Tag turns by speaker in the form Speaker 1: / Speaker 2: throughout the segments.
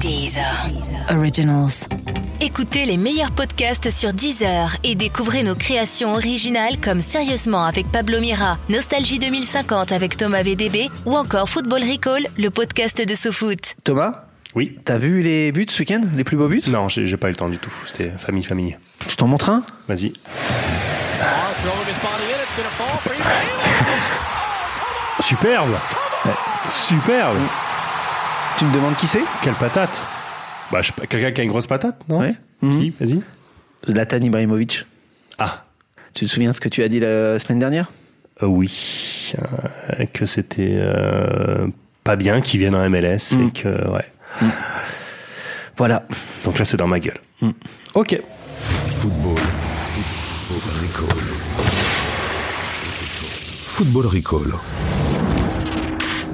Speaker 1: Deezer. Originals. Écoutez les meilleurs podcasts sur Deezer et découvrez nos créations originales comme Sérieusement avec Pablo Mira, Nostalgie 2050 avec Thomas VDB ou encore Football Recall, le podcast de SoFoot.
Speaker 2: Thomas,
Speaker 3: Oui.
Speaker 2: t'as vu les buts ce week-end Les plus beaux buts
Speaker 3: Non, j'ai j'ai pas eu le temps du tout. C'était famille, famille.
Speaker 2: Je t'en montre un
Speaker 3: Vas-y.
Speaker 4: Barr throwing his body in, it's going to fall. Free Bailey.
Speaker 3: Superbe Superbe
Speaker 2: Tu me demandes qui c'est
Speaker 3: Quelle patate Bah, je sais pas, quelqu'un qui a une grosse patate, non
Speaker 2: Ouais.
Speaker 3: Qui Vas-y.
Speaker 2: Zlatan Ibrahimovic.
Speaker 3: Ah,
Speaker 2: Tu te souviens de ce que tu as dit la semaine dernière
Speaker 3: euh, oui. Euh, que c'était euh, pas bien qu'il vienne en MLS et que, ouais.
Speaker 2: Voilà.
Speaker 3: Donc là, c'est dans ma gueule.
Speaker 2: Ok.
Speaker 5: Football Recall.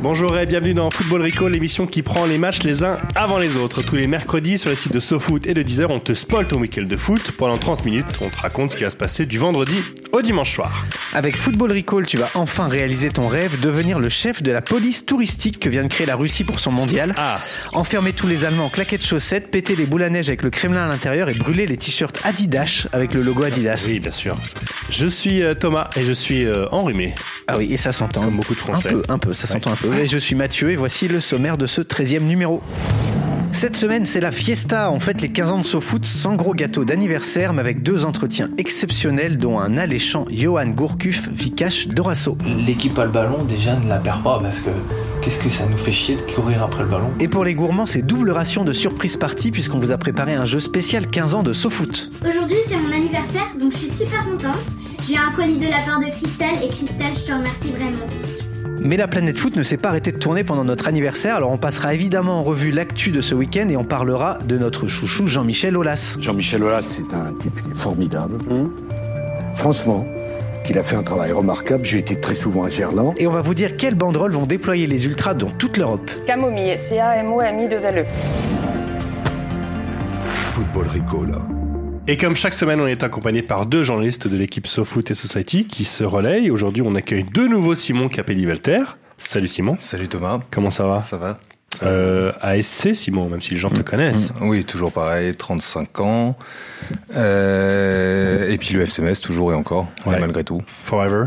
Speaker 3: Bonjour et bienvenue dans Football Rico, l'émission qui prend les matchs les uns avant les autres. Tous les mercredis sur les sites de SoFoot et de Deezer, on te spoil ton week-end de foot. Pendant 30 minutes, on te raconte ce qui va se passer du vendredi au dimanche soir.
Speaker 2: Avec Football Recall, tu vas enfin réaliser ton rêve, devenir le chef de la police touristique que vient de créer la Russie pour son mondial.
Speaker 3: Ah.
Speaker 2: Enfermer tous les Allemands en claquettes chaussettes, péter les boules à neige avec le Kremlin à l'intérieur et brûler les t-shirts Adidas avec le logo Adidas.
Speaker 3: Oui, bien sûr. Je suis euh, Thomas et je suis euh, enrhumé.
Speaker 2: Ah oui, et ça s'entend.
Speaker 3: Comme beaucoup de Français.
Speaker 2: Un peu, un peu, ça s'entend un peu. Et je suis Mathieu et voici le sommaire de ce 13e numéro. Cette semaine, c'est la fiesta. En fait, les 15 ans de SoFoot sans gros gâteau d'anniversaire, mais avec deux entretiens exceptionnels, dont un alléchant Johan Gourcuff, Vikash Dorasso.
Speaker 6: L'équipe a le ballon, déjà ne la perd pas parce que qu'est-ce que ça nous fait chier de courir après le ballon.
Speaker 2: Et pour les gourmands, c'est double ration de surprise partie, puisqu'on vous a préparé un jeu spécial 15 ans de SoFoot.
Speaker 7: Aujourd'hui, c'est mon anniversaire, donc je suis super contente. J'ai un colis de la part de Christelle et Christelle, je te remercie vraiment.
Speaker 2: Mais la planète foot ne s'est pas arrêtée de tourner pendant notre anniversaire, alors on passera évidemment en revue l'actu de ce week-end et on parlera de notre chouchou Jean-Michel Aulas.
Speaker 8: Jean-Michel Aulas, c'est un type qui est formidable.
Speaker 9: Mmh.
Speaker 8: Franchement, qu'il a fait un travail remarquable. J'ai été très souvent à Gerland.
Speaker 2: Et on va vous dire quelles banderoles vont déployer les ultras dans toute l'Europe.
Speaker 10: Camomille, C-A-M-O-M-I-2-L-E.
Speaker 5: Football Recall.
Speaker 3: Et comme chaque semaine, on est accompagné par deux journalistes de l'équipe SoFoot et Society qui se relayent. Aujourd'hui, on accueille de nouveau Simon Capelli-Valter. Salut Simon.
Speaker 11: Salut Thomas,
Speaker 3: Comment ça va Mm.
Speaker 11: ça va
Speaker 3: euh, ASC Simon, même si les gens te connaissent.
Speaker 11: Oui, toujours pareil, 35 ans. Euh, et puis le FCMS, toujours et encore,
Speaker 3: Ouais.
Speaker 11: malgré tout.
Speaker 3: Forever.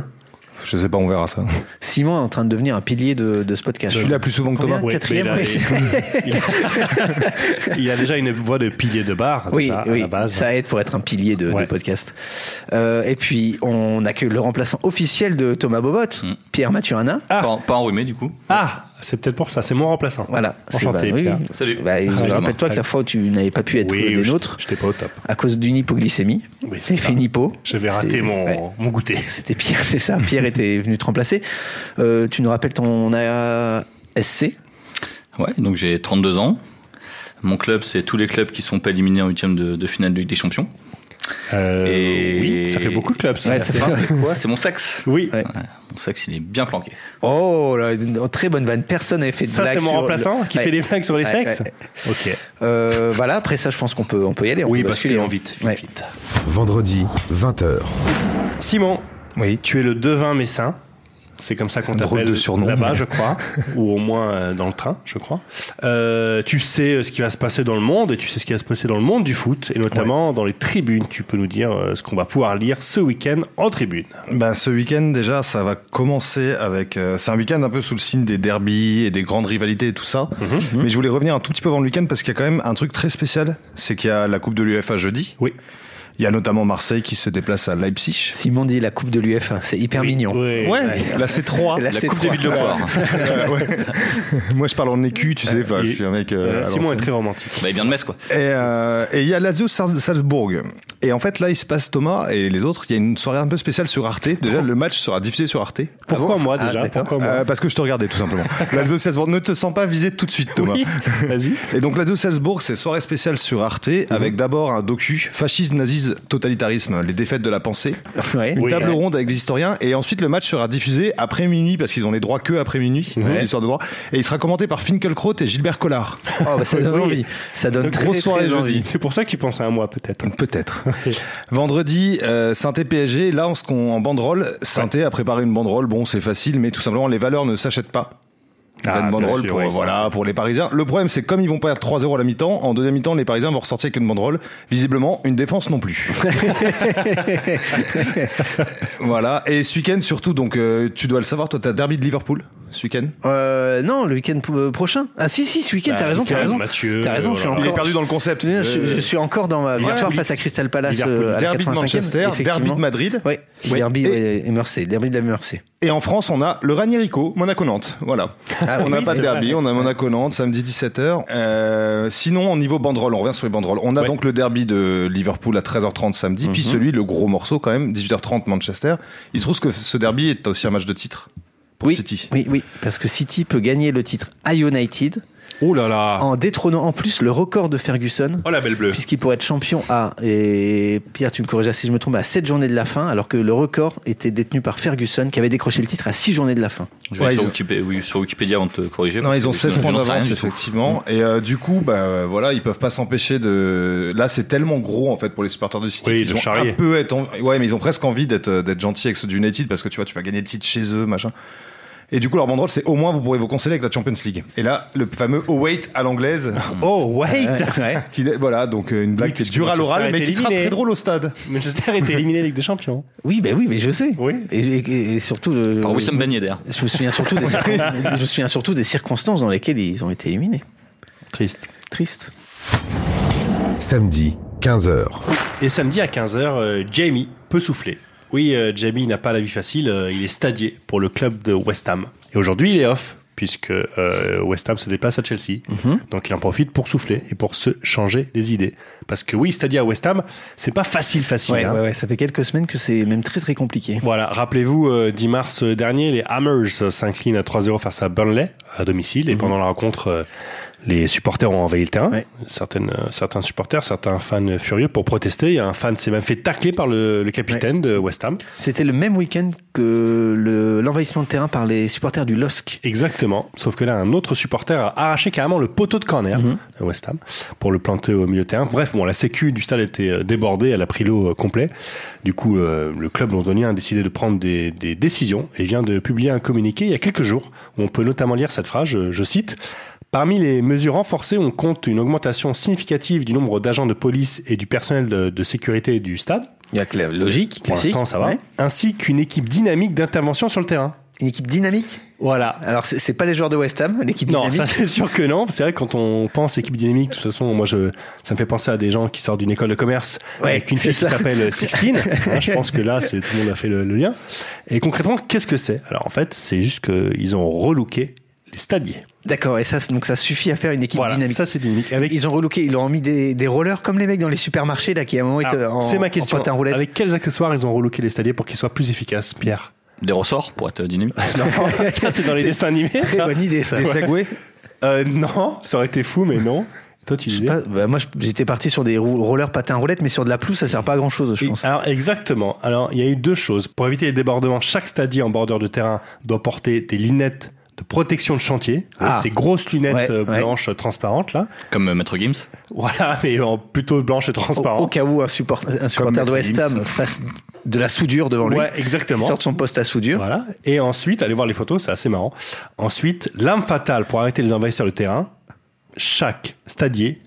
Speaker 11: Je sais pas, on verra ça.
Speaker 2: Simon est en train de devenir un pilier de, de ce podcast.
Speaker 11: Je suis là plus souvent que
Speaker 2: Combien
Speaker 11: Thomas.
Speaker 3: Oui,
Speaker 2: Ah, Quatrième,
Speaker 3: mais
Speaker 2: oui.
Speaker 3: il, a, il a- il a déjà une voix de pilier de bar
Speaker 2: Oui,
Speaker 3: à,
Speaker 2: oui,
Speaker 3: la base.
Speaker 2: ça aide pour être un pilier de, de
Speaker 3: Ouais.
Speaker 2: podcast. Euh, et puis, on accueille le remplaçant officiel de Thomas Bobot, Pierre Maturana.
Speaker 3: Ah.
Speaker 12: Pas, pas enrhumé du coup.
Speaker 3: Ah, c'est peut-être pour ça, c'est mon remplaçant.
Speaker 2: Voilà. c'est-
Speaker 3: Enchanté,
Speaker 2: bah, oui,
Speaker 3: Pierre.
Speaker 2: oui.
Speaker 12: Salut.
Speaker 2: Bah, et je
Speaker 3: Thomas.
Speaker 2: Rappelle-toi que la fois où tu n'avais pas pu être
Speaker 3: Oui,
Speaker 2: des
Speaker 3: je-
Speaker 2: nôtres,
Speaker 3: J'étais pas au top.
Speaker 2: à cause d'une hypoglycémie,
Speaker 3: Oui,
Speaker 2: c'est
Speaker 3: c'est
Speaker 2: fait
Speaker 3: ça.
Speaker 2: une hypo.
Speaker 3: J'avais
Speaker 2: C'est-
Speaker 3: raté mon,
Speaker 2: ouais.
Speaker 3: mon goûter.
Speaker 2: C'était Pierre, c'est ça. Pierre était venu te remplacer. Euh, tu nous rappelles ton ASC
Speaker 12: Ouais, donc j'ai 32 ans. Mon club, c'est tous les clubs qui sont pas éliminés en huitième de, de finale de Ligue des Champions.
Speaker 3: Euh,
Speaker 12: Et-
Speaker 3: Oui, ça fait beaucoup de clubs, ça.
Speaker 2: Ouais, ça fait-
Speaker 12: Enfin, c'est quoi C'est mon saxe.
Speaker 3: Oui.
Speaker 2: Ouais.
Speaker 12: Mon saxe, il est bien planqué.
Speaker 2: Oh là, une très bonne vanne. Personne n'avait fait de
Speaker 3: Ça,
Speaker 2: blague
Speaker 3: c'est mon
Speaker 2: sur
Speaker 3: remplaçant
Speaker 2: le-
Speaker 3: qui
Speaker 2: Ouais.
Speaker 3: fait des blagues sur les
Speaker 2: Ouais,
Speaker 3: sexes
Speaker 2: ouais.
Speaker 3: Ok.
Speaker 2: Euh, voilà, après ça, je pense qu'on peut, on peut y aller. On
Speaker 3: Oui,
Speaker 2: peut
Speaker 3: basculer
Speaker 2: basculer hein.
Speaker 3: en vite, vite,
Speaker 2: Ouais.
Speaker 3: vite.
Speaker 5: Vendredi, 20h.
Speaker 3: Simon,
Speaker 11: Oui.
Speaker 3: tu es le devin messin. C'est comme ça qu'on
Speaker 11: Drôle
Speaker 3: t'appelle
Speaker 11: de surnom.
Speaker 3: là-bas, je crois, ou au moins euh, dans le train, je crois. Euh, tu sais euh, ce qui va se passer dans le monde et tu sais ce qui va se passer dans le monde du foot et notamment dans les tribunes. Tu peux nous dire euh, ce qu'on va pouvoir lire ce week-end en tribune.
Speaker 11: Ben, ce week-end, déjà, ça va commencer avec. euh, c'est un week-end un peu sous le signe des derbies et des grandes rivalités et tout ça. Mais je voulais revenir un tout petit peu avant le week-end parce qu'il y a quand même un truc très spécial. C'est qu'il y a la Coupe de l'UEFA jeudi.
Speaker 3: Oui.
Speaker 11: Il y a notamment Marseille qui se déplace à Leipzig.
Speaker 2: Simon dit la coupe de l'UEFA, c'est hyper mignon.
Speaker 3: Ouais.
Speaker 11: Là, c'est 3.
Speaker 2: Là,
Speaker 12: La
Speaker 2: c'est
Speaker 12: Coupe
Speaker 2: trois.
Speaker 12: des Villes de Foire.
Speaker 11: Euh, ouais. Moi, je parle en écu, tu sais. enfin,
Speaker 3: Il-
Speaker 11: je suis un mec. euh,
Speaker 3: Euh, Simon
Speaker 11: à
Speaker 3: est
Speaker 11: l'ancienne.
Speaker 3: très romantique.
Speaker 2: Ah
Speaker 12: Bah, il vient de Metz quoi.
Speaker 11: Et euh, et il y a Lazio Sal- Salzbourg. Et en fait, là, il se passe Thomas et les autres. Il y a une soirée un peu spéciale sur Arte. Déjà, le match sera diffusé sur Arte.
Speaker 3: Pourquoi
Speaker 11: Ah bon
Speaker 3: moi
Speaker 2: Ah,
Speaker 3: déjà
Speaker 2: d'accord.
Speaker 3: Pourquoi moi
Speaker 11: Euh, Parce que je te regardais, tout simplement. Lazio Salzbourg, ne te sens pas visé tout de suite, Thomas.
Speaker 3: Oui, Vas-y.
Speaker 11: Et donc, Lazio Salzbourg, c'est soirée spéciale sur Arte avec d'abord un docu fascisme, nazisme, totalitarisme, les défaites de la pensée.
Speaker 2: Ouais.
Speaker 11: Une
Speaker 3: Oui,
Speaker 11: table
Speaker 3: ouais.
Speaker 11: ronde avec des historiens et ensuite le match sera diffusé après minuit parce qu'ils ont les droits que après minuit,
Speaker 3: Ouais.
Speaker 11: l'histoire de droit. Et il sera commenté par Finkelkraut et Gilbert Collard.
Speaker 2: Oh, bah, ça donne
Speaker 3: Oui.
Speaker 2: envie. Ça donne
Speaker 3: Donc,
Speaker 2: très,
Speaker 11: grosse soirée
Speaker 2: très envie.
Speaker 11: jeudi.
Speaker 3: C'est pour ça que tu pensais à moi peut-être.
Speaker 11: Peut-être. Vendredi, euh, Synthé PSG. Là, on se con- en banderole. Synthé a préparé une banderole. Bon, c'est facile, mais tout simplement, les valeurs ne s'achètent pas. Ben Bandrol
Speaker 3: bien sûr,
Speaker 11: pour,
Speaker 3: oui, ça.
Speaker 11: voilà, pour les Parisiens. Le problème, c'est que comme ils vont perdre 3-0 à la mi-temps, en deuxième mi-temps, les Parisiens vont ressortir avec une banderole. Visiblement, une défense non plus. voilà. Et ce week-end, surtout, donc, euh, tu dois le savoir, toi, t'as derby de Liverpool ce week-end
Speaker 2: Euh, non, le week-end p- euh, prochain. Ah si, si, ce week-end,
Speaker 11: Ah,
Speaker 2: t'as
Speaker 11: ce
Speaker 2: raison, t'as
Speaker 11: week-end,
Speaker 2: raison.
Speaker 11: Mathieu,
Speaker 2: t'as raison, je suis
Speaker 11: voilà.
Speaker 2: encore...
Speaker 11: Il est perdu dans le concept.
Speaker 2: Je, je-
Speaker 11: Euh,
Speaker 2: je suis encore dans ma victoire
Speaker 11: Liverpool.
Speaker 2: face à Crystal Palace
Speaker 11: Liverpool.
Speaker 2: euh, à la
Speaker 11: Derby de
Speaker 2: 85e,
Speaker 11: Manchester, derby de
Speaker 2: effectivement.
Speaker 11: Madrid.
Speaker 2: Oui,
Speaker 11: Ouais.
Speaker 2: derby,
Speaker 11: Et-
Speaker 2: ouais, MRC, derby de la MRC.
Speaker 11: Et en France, on a le Ranierico, Monaco-Nantes. Voilà.
Speaker 2: Ah
Speaker 11: on n'a
Speaker 2: oui,
Speaker 11: pas de
Speaker 2: c'est
Speaker 11: derby,
Speaker 2: vrai.
Speaker 11: on a Monaco-Nantes, samedi 17h. Euh, sinon, au niveau banderole, on revient sur les banderoles. On a donc le derby de Liverpool à 13h30 samedi, puis
Speaker 3: Mhm.
Speaker 11: celui, le gros morceau quand même, 18h30 Manchester. Il se trouve que ce derby est aussi un match de titre pour City.
Speaker 2: Oui, oui, parce que City peut gagner le titre à United.
Speaker 3: Oh là là
Speaker 2: En détrônant en plus le record de Ferguson.
Speaker 3: Oh la belle bleue
Speaker 2: Puisqu'il pourrait être champion à, et Pierre, tu me corrigeras si je me trompe, à 7 journées de la fin, alors que le record était détenu par Ferguson qui avait décroché le titre à 6 journées de la fin.
Speaker 12: Je vais sur, Wikipé- oui, sur Wikipédia avant de te corriger.
Speaker 11: Non,
Speaker 12: parce
Speaker 11: ils ont
Speaker 12: que je-
Speaker 11: 16
Speaker 12: je
Speaker 11: points
Speaker 12: n'en sais rien
Speaker 11: d'avance,
Speaker 12: du tout.
Speaker 11: effectivement. Et euh, du coup, bah, euh, voilà, ils peuvent pas s'empêcher de. Là, c'est tellement gros, en fait, pour les supporters de City.
Speaker 3: Oui,
Speaker 11: qu'ils
Speaker 3: de
Speaker 11: ont
Speaker 3: charrier.
Speaker 11: un peu être en- Ouais, mais ils ont presque envie d'être, euh, d'être gentils avec ceux du United parce que tu vois, tu vas gagner le titre chez eux, machin. Et du coup, leur banderole, c'est au moins vous pourrez vous consoler avec la Champions League. Et là, le fameux oh wait à l'anglaise. oh wait Qui- Voilà, donc euh, une blague qui est dure à
Speaker 3: Manchester
Speaker 11: l'oral,
Speaker 3: est
Speaker 11: mais qui sera
Speaker 3: éliminé.
Speaker 11: très drôle au stade.
Speaker 3: Manchester est éliminé Ligue des Champions.
Speaker 2: Oui, ben oui, mais je sais. Oui. Et, et- et surtout. le-
Speaker 12: Par Wissam Ben Yedder.
Speaker 2: Je me souviens surtout des, circon- je me souviens surtout des circonstances dans lesquelles ils ont été éliminés.
Speaker 3: Triste.
Speaker 2: Triste.
Speaker 5: Samedi, 15h.
Speaker 3: Et samedi à 15h, Jamie peut souffler. Oui, euh, Jamie n'a pas la vie facile, euh, il est stadié pour le club de West Ham. Et aujourd'hui, il est off, puisque euh, West Ham se déplace à Chelsea. Donc il en profite pour souffler et pour se changer les idées. Parce que oui, stadié à West Ham, c'est pas facile, facile.
Speaker 2: Ouais,
Speaker 3: hein.
Speaker 2: ouais, ouais, ça fait quelques semaines que c'est même très très compliqué.
Speaker 3: Voilà, rappelez-vous, euh, 10 mars dernier, les Hammers euh, s'inclinent à 3-0 face à Burnley, à domicile, et pendant la rencontre, euh, les supporters ont envahi le terrain. Certaines, euh, certains supporters, certains fans furieux pour protester. Il y a un fan s'est même fait tacler par le, le capitaine de West Ham.
Speaker 2: C'était le même week-end que le- l'envahissement de terrain par les supporters du LOSC.
Speaker 3: Exactement, sauf que là, un autre supporter a arraché carrément le poteau de corner
Speaker 2: Mhm.
Speaker 3: de West Ham pour le planter au milieu de terrain. Bref, bon, la sécu du stade était euh, débordée, elle a pris l'eau euh, complet. Du coup, euh, le club londonien a décidé de prendre des, des décisions et vient de publier un communiqué il y a quelques jours où on peut notamment lire cette phrase, euh, je, je cite. Parmi les mesures renforcées, on compte une augmentation significative du nombre d'agents de police et du personnel de, de sécurité du stade.
Speaker 2: Il y a que la logique,
Speaker 3: Pour
Speaker 2: classique,
Speaker 3: l'instant, ça va.
Speaker 2: ouais.
Speaker 3: Ainsi qu'une équipe dynamique d'intervention sur le terrain.
Speaker 2: Une équipe dynamique
Speaker 3: Voilà.
Speaker 2: Alors, c'est c'est pas les joueurs de West Ham, l'équipe
Speaker 3: Non,
Speaker 2: dynamique.
Speaker 3: ça c'est sûr que non. C'est vrai que quand on pense équipe dynamique, de toute façon, moi je, ça me fait penser à des gens qui sortent d'une école de commerce
Speaker 2: Ouais,
Speaker 3: avec une
Speaker 2: c'est
Speaker 3: fille qui
Speaker 2: ça.
Speaker 3: s'appelle Sixtine. Hein, je pense que là, c'est tout le monde a fait le, le lien. Et concrètement, qu'est-ce que c'est Alors en fait, c'est juste qu'ils ont relooké les stadiers.
Speaker 2: D'accord, et ça, c'est- donc ça suffit à faire une équipe
Speaker 3: Voilà,
Speaker 2: dynamique.
Speaker 3: ça, c'est dynamique.
Speaker 2: Ils ont relooké, ils ont mis des, des rollers comme les mecs dans les supermarchés là qui à un moment étaient
Speaker 3: Alors,
Speaker 2: euh, en
Speaker 3: Ah, C'est ma
Speaker 2: en
Speaker 3: question.
Speaker 2: patin roulette.
Speaker 3: Avec quels accessoires ils ont relooké les stadiers pour qu'ils soient plus efficaces, Pierre
Speaker 12: Des ressorts pour être dynamique.
Speaker 3: Ça, c'est dans les
Speaker 2: C'est
Speaker 3: dessins animés.
Speaker 2: très
Speaker 3: ça.
Speaker 2: bonne idée, ça.
Speaker 3: Ouais.
Speaker 2: Des Segway
Speaker 3: Euh, Non, ça aurait été fou, mais non. Toi, tu
Speaker 2: Je sais
Speaker 3: disais
Speaker 2: pas, bah, moi je- j'étais parti sur des rou- rollers patin roulette, mais sur de la pelouse ça sert pas à grand chose, je
Speaker 3: Et-
Speaker 2: pense.
Speaker 3: Alors exactement. Alors il y a eu deux choses. Pour éviter les débordements, chaque stadier en bordure de terrain doit porter des lunettes de protection de chantier.
Speaker 12: Ah.
Speaker 3: Ces grosses lunettes
Speaker 12: Ouais,
Speaker 3: euh,
Speaker 12: ouais.
Speaker 3: blanches euh, transparentes là.
Speaker 12: Comme euh, Maître Gims.
Speaker 3: Voilà, mais en plutôt blanches et transparentes.
Speaker 2: Au, au cas où un, support- un supporter de West Ham fasse de la soudure devant lui.
Speaker 3: Ouais, exactement.
Speaker 2: Il sort de son poste à soudure.
Speaker 3: Voilà. Et ensuite, allez voir les photos, c'est assez marrant. Ensuite, l'arme fatale pour arrêter les envahisseurs de terrain. Chaque stadier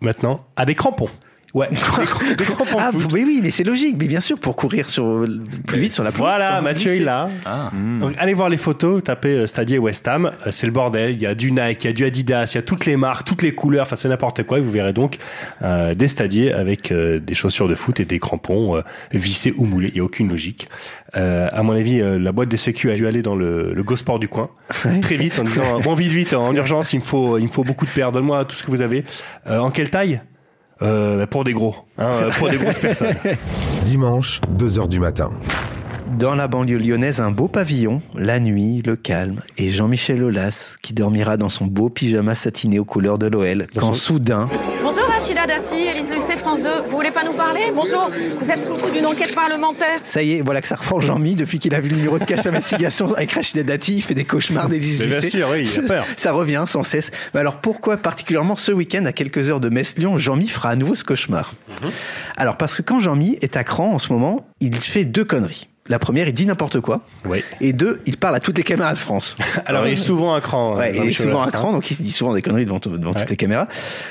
Speaker 3: maintenant a des crampons. Ouais. Des cra- des crampons de
Speaker 2: Ah,
Speaker 3: foot.
Speaker 2: mais oui, mais c'est logique, mais bien sûr, pour courir sur, plus vite sur la pelouse.
Speaker 3: Voilà,
Speaker 2: sur-
Speaker 3: Mathieu il l'a.
Speaker 12: Mm.
Speaker 3: Donc allez voir les photos, tapez euh, Stadier West Ham, Euh, c'est le bordel, il y a du Nike, il y a du Adidas, il y a toutes les marques, toutes les couleurs, enfin c'est n'importe quoi, et vous verrez donc euh, des stadiers avec euh, des chaussures de foot et des crampons euh, vissés ou moulés, il n'y a aucune logique. Euh, à mon avis, euh, la boîte des sécu a dû aller dans le, le Gosport du coin, très vite, en disant, euh, bon vite, vite, en urgence, il me faut, il me faut beaucoup de paires, donne-moi tout ce que vous avez. Euh, en quelle taille Euh, Pour des gros, hein, euh, pour des grosses personnes.
Speaker 5: Dimanche, 2h du matin.
Speaker 2: Dans la banlieue lyonnaise, un beau pavillon, la nuit, le calme, et Jean-Michel Aulas qui dormira dans son beau pyjama satiné aux couleurs de l'OL, quand soudain,
Speaker 13: Bonjour Rachida Dati, Élise Lucet, France 2. Vous voulez pas nous parler Bonjour, vous êtes sous le coup d'une enquête parlementaire.
Speaker 2: ça y est, voilà que ça reprend Jean-Mi depuis qu'il a vu le numéro de cache investigation avec Rachida Dati, il fait des cauchemars des
Speaker 3: Mais bien sûr, oui, il a peur.
Speaker 2: Ça revient sans cesse. Mais alors pourquoi particulièrement ce week-end à quelques heures de Metz-Lyon, Jean-Mi fera à
Speaker 3: Mhm.
Speaker 2: nouveau ce cauchemar Alors parce que quand Jean-Mi est à cran en ce moment, il fait deux conneries. La première, il dit n'importe quoi. Et deux, il parle à toutes les caméras de France.
Speaker 3: Alors, il est souvent à cran,
Speaker 2: Ouais,
Speaker 3: euh,
Speaker 2: il est
Speaker 3: Jean-Michel
Speaker 2: souvent à
Speaker 3: Blanc.
Speaker 2: cran, donc il se dit souvent des conneries devant, devant toutes les caméras.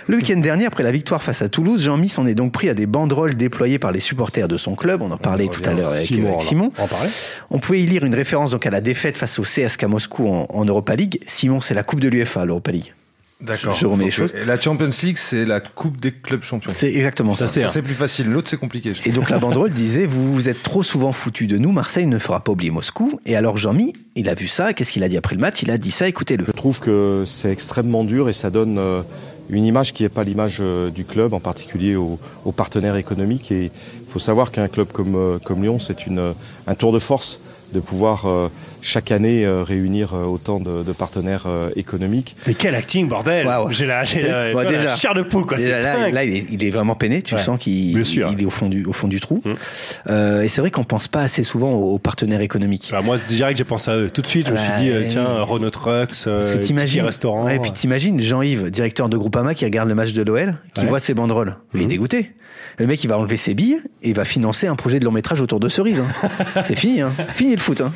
Speaker 2: Le week-end dernier, après la victoire face à Toulouse, Jean-Mi s'en est donc pris à des banderoles déployées par les supporters de son club. On en parlait tout à l'heure avec euh,
Speaker 3: Simon,
Speaker 2: avec
Speaker 3: là.
Speaker 2: Simon. Oh.
Speaker 3: On en parlait.
Speaker 2: On pouvait y lire une référence donc à la défaite face au CSK Moscou en, en Europa League. Simon, c'est la Coupe de l'UEFA, l'Europa League.
Speaker 11: D'accord.
Speaker 2: Je remets les
Speaker 11: Faut que-
Speaker 2: choses.
Speaker 11: La Champions League, c'est la coupe des clubs champions.
Speaker 2: C'est exactement ça.
Speaker 11: C'est c'est plus facile. L'autre, c'est compliqué. je
Speaker 2: Et donc la banderole disait vous vous êtes trop souvent foutu de nous, Marseille ne fera pas oublier Moscou. Et alors Jean-Mi, il a vu ça, qu'est-ce qu'il a dit après le match Il a dit ça, écoutez-le.
Speaker 14: Je trouve que c'est extrêmement dur et ça donne euh, une image qui n'est pas l'image euh, du club, en particulier aux, aux partenaires économiques. Et il faut savoir qu'un club comme, euh, comme Lyon, c'est une, euh, un tour de force de pouvoir euh, chaque année euh, réunir euh, autant de, de partenaires euh, économiques.
Speaker 3: Mais quel acting, bordel J'ai la, j'ai la-
Speaker 2: Bon,
Speaker 3: la chair de poule, quoi.
Speaker 2: déjà,
Speaker 3: c'est
Speaker 2: là,
Speaker 3: dingue.
Speaker 2: là, il est, il est vraiment peiné. Tu
Speaker 3: Ouais. Mmh.
Speaker 2: sens qu'il il est au fond du, au fond du trou. Euh, et c'est vrai qu'on pense pas assez souvent aux aux partenaires économiques.
Speaker 3: moi, direct, j'ai pensé à eux. Tout de suite, je me suis dit, euh, tiens, euh, Renault Trucks, euh,
Speaker 2: Parce que
Speaker 3: petit
Speaker 2: t'imagines,
Speaker 3: restaurant.
Speaker 2: ouais, puis t'imagines Jean-Yves, directeur de Groupama, qui regarde le match de l'OL, qui
Speaker 3: Ouais. Mmh.
Speaker 2: voit ses banderoles. Il est dégoûté. Le mec, il va enlever ses billes et il va financer un projet de long métrage autour de cerises. hein. C'est fini, hein. fini le foot. hein.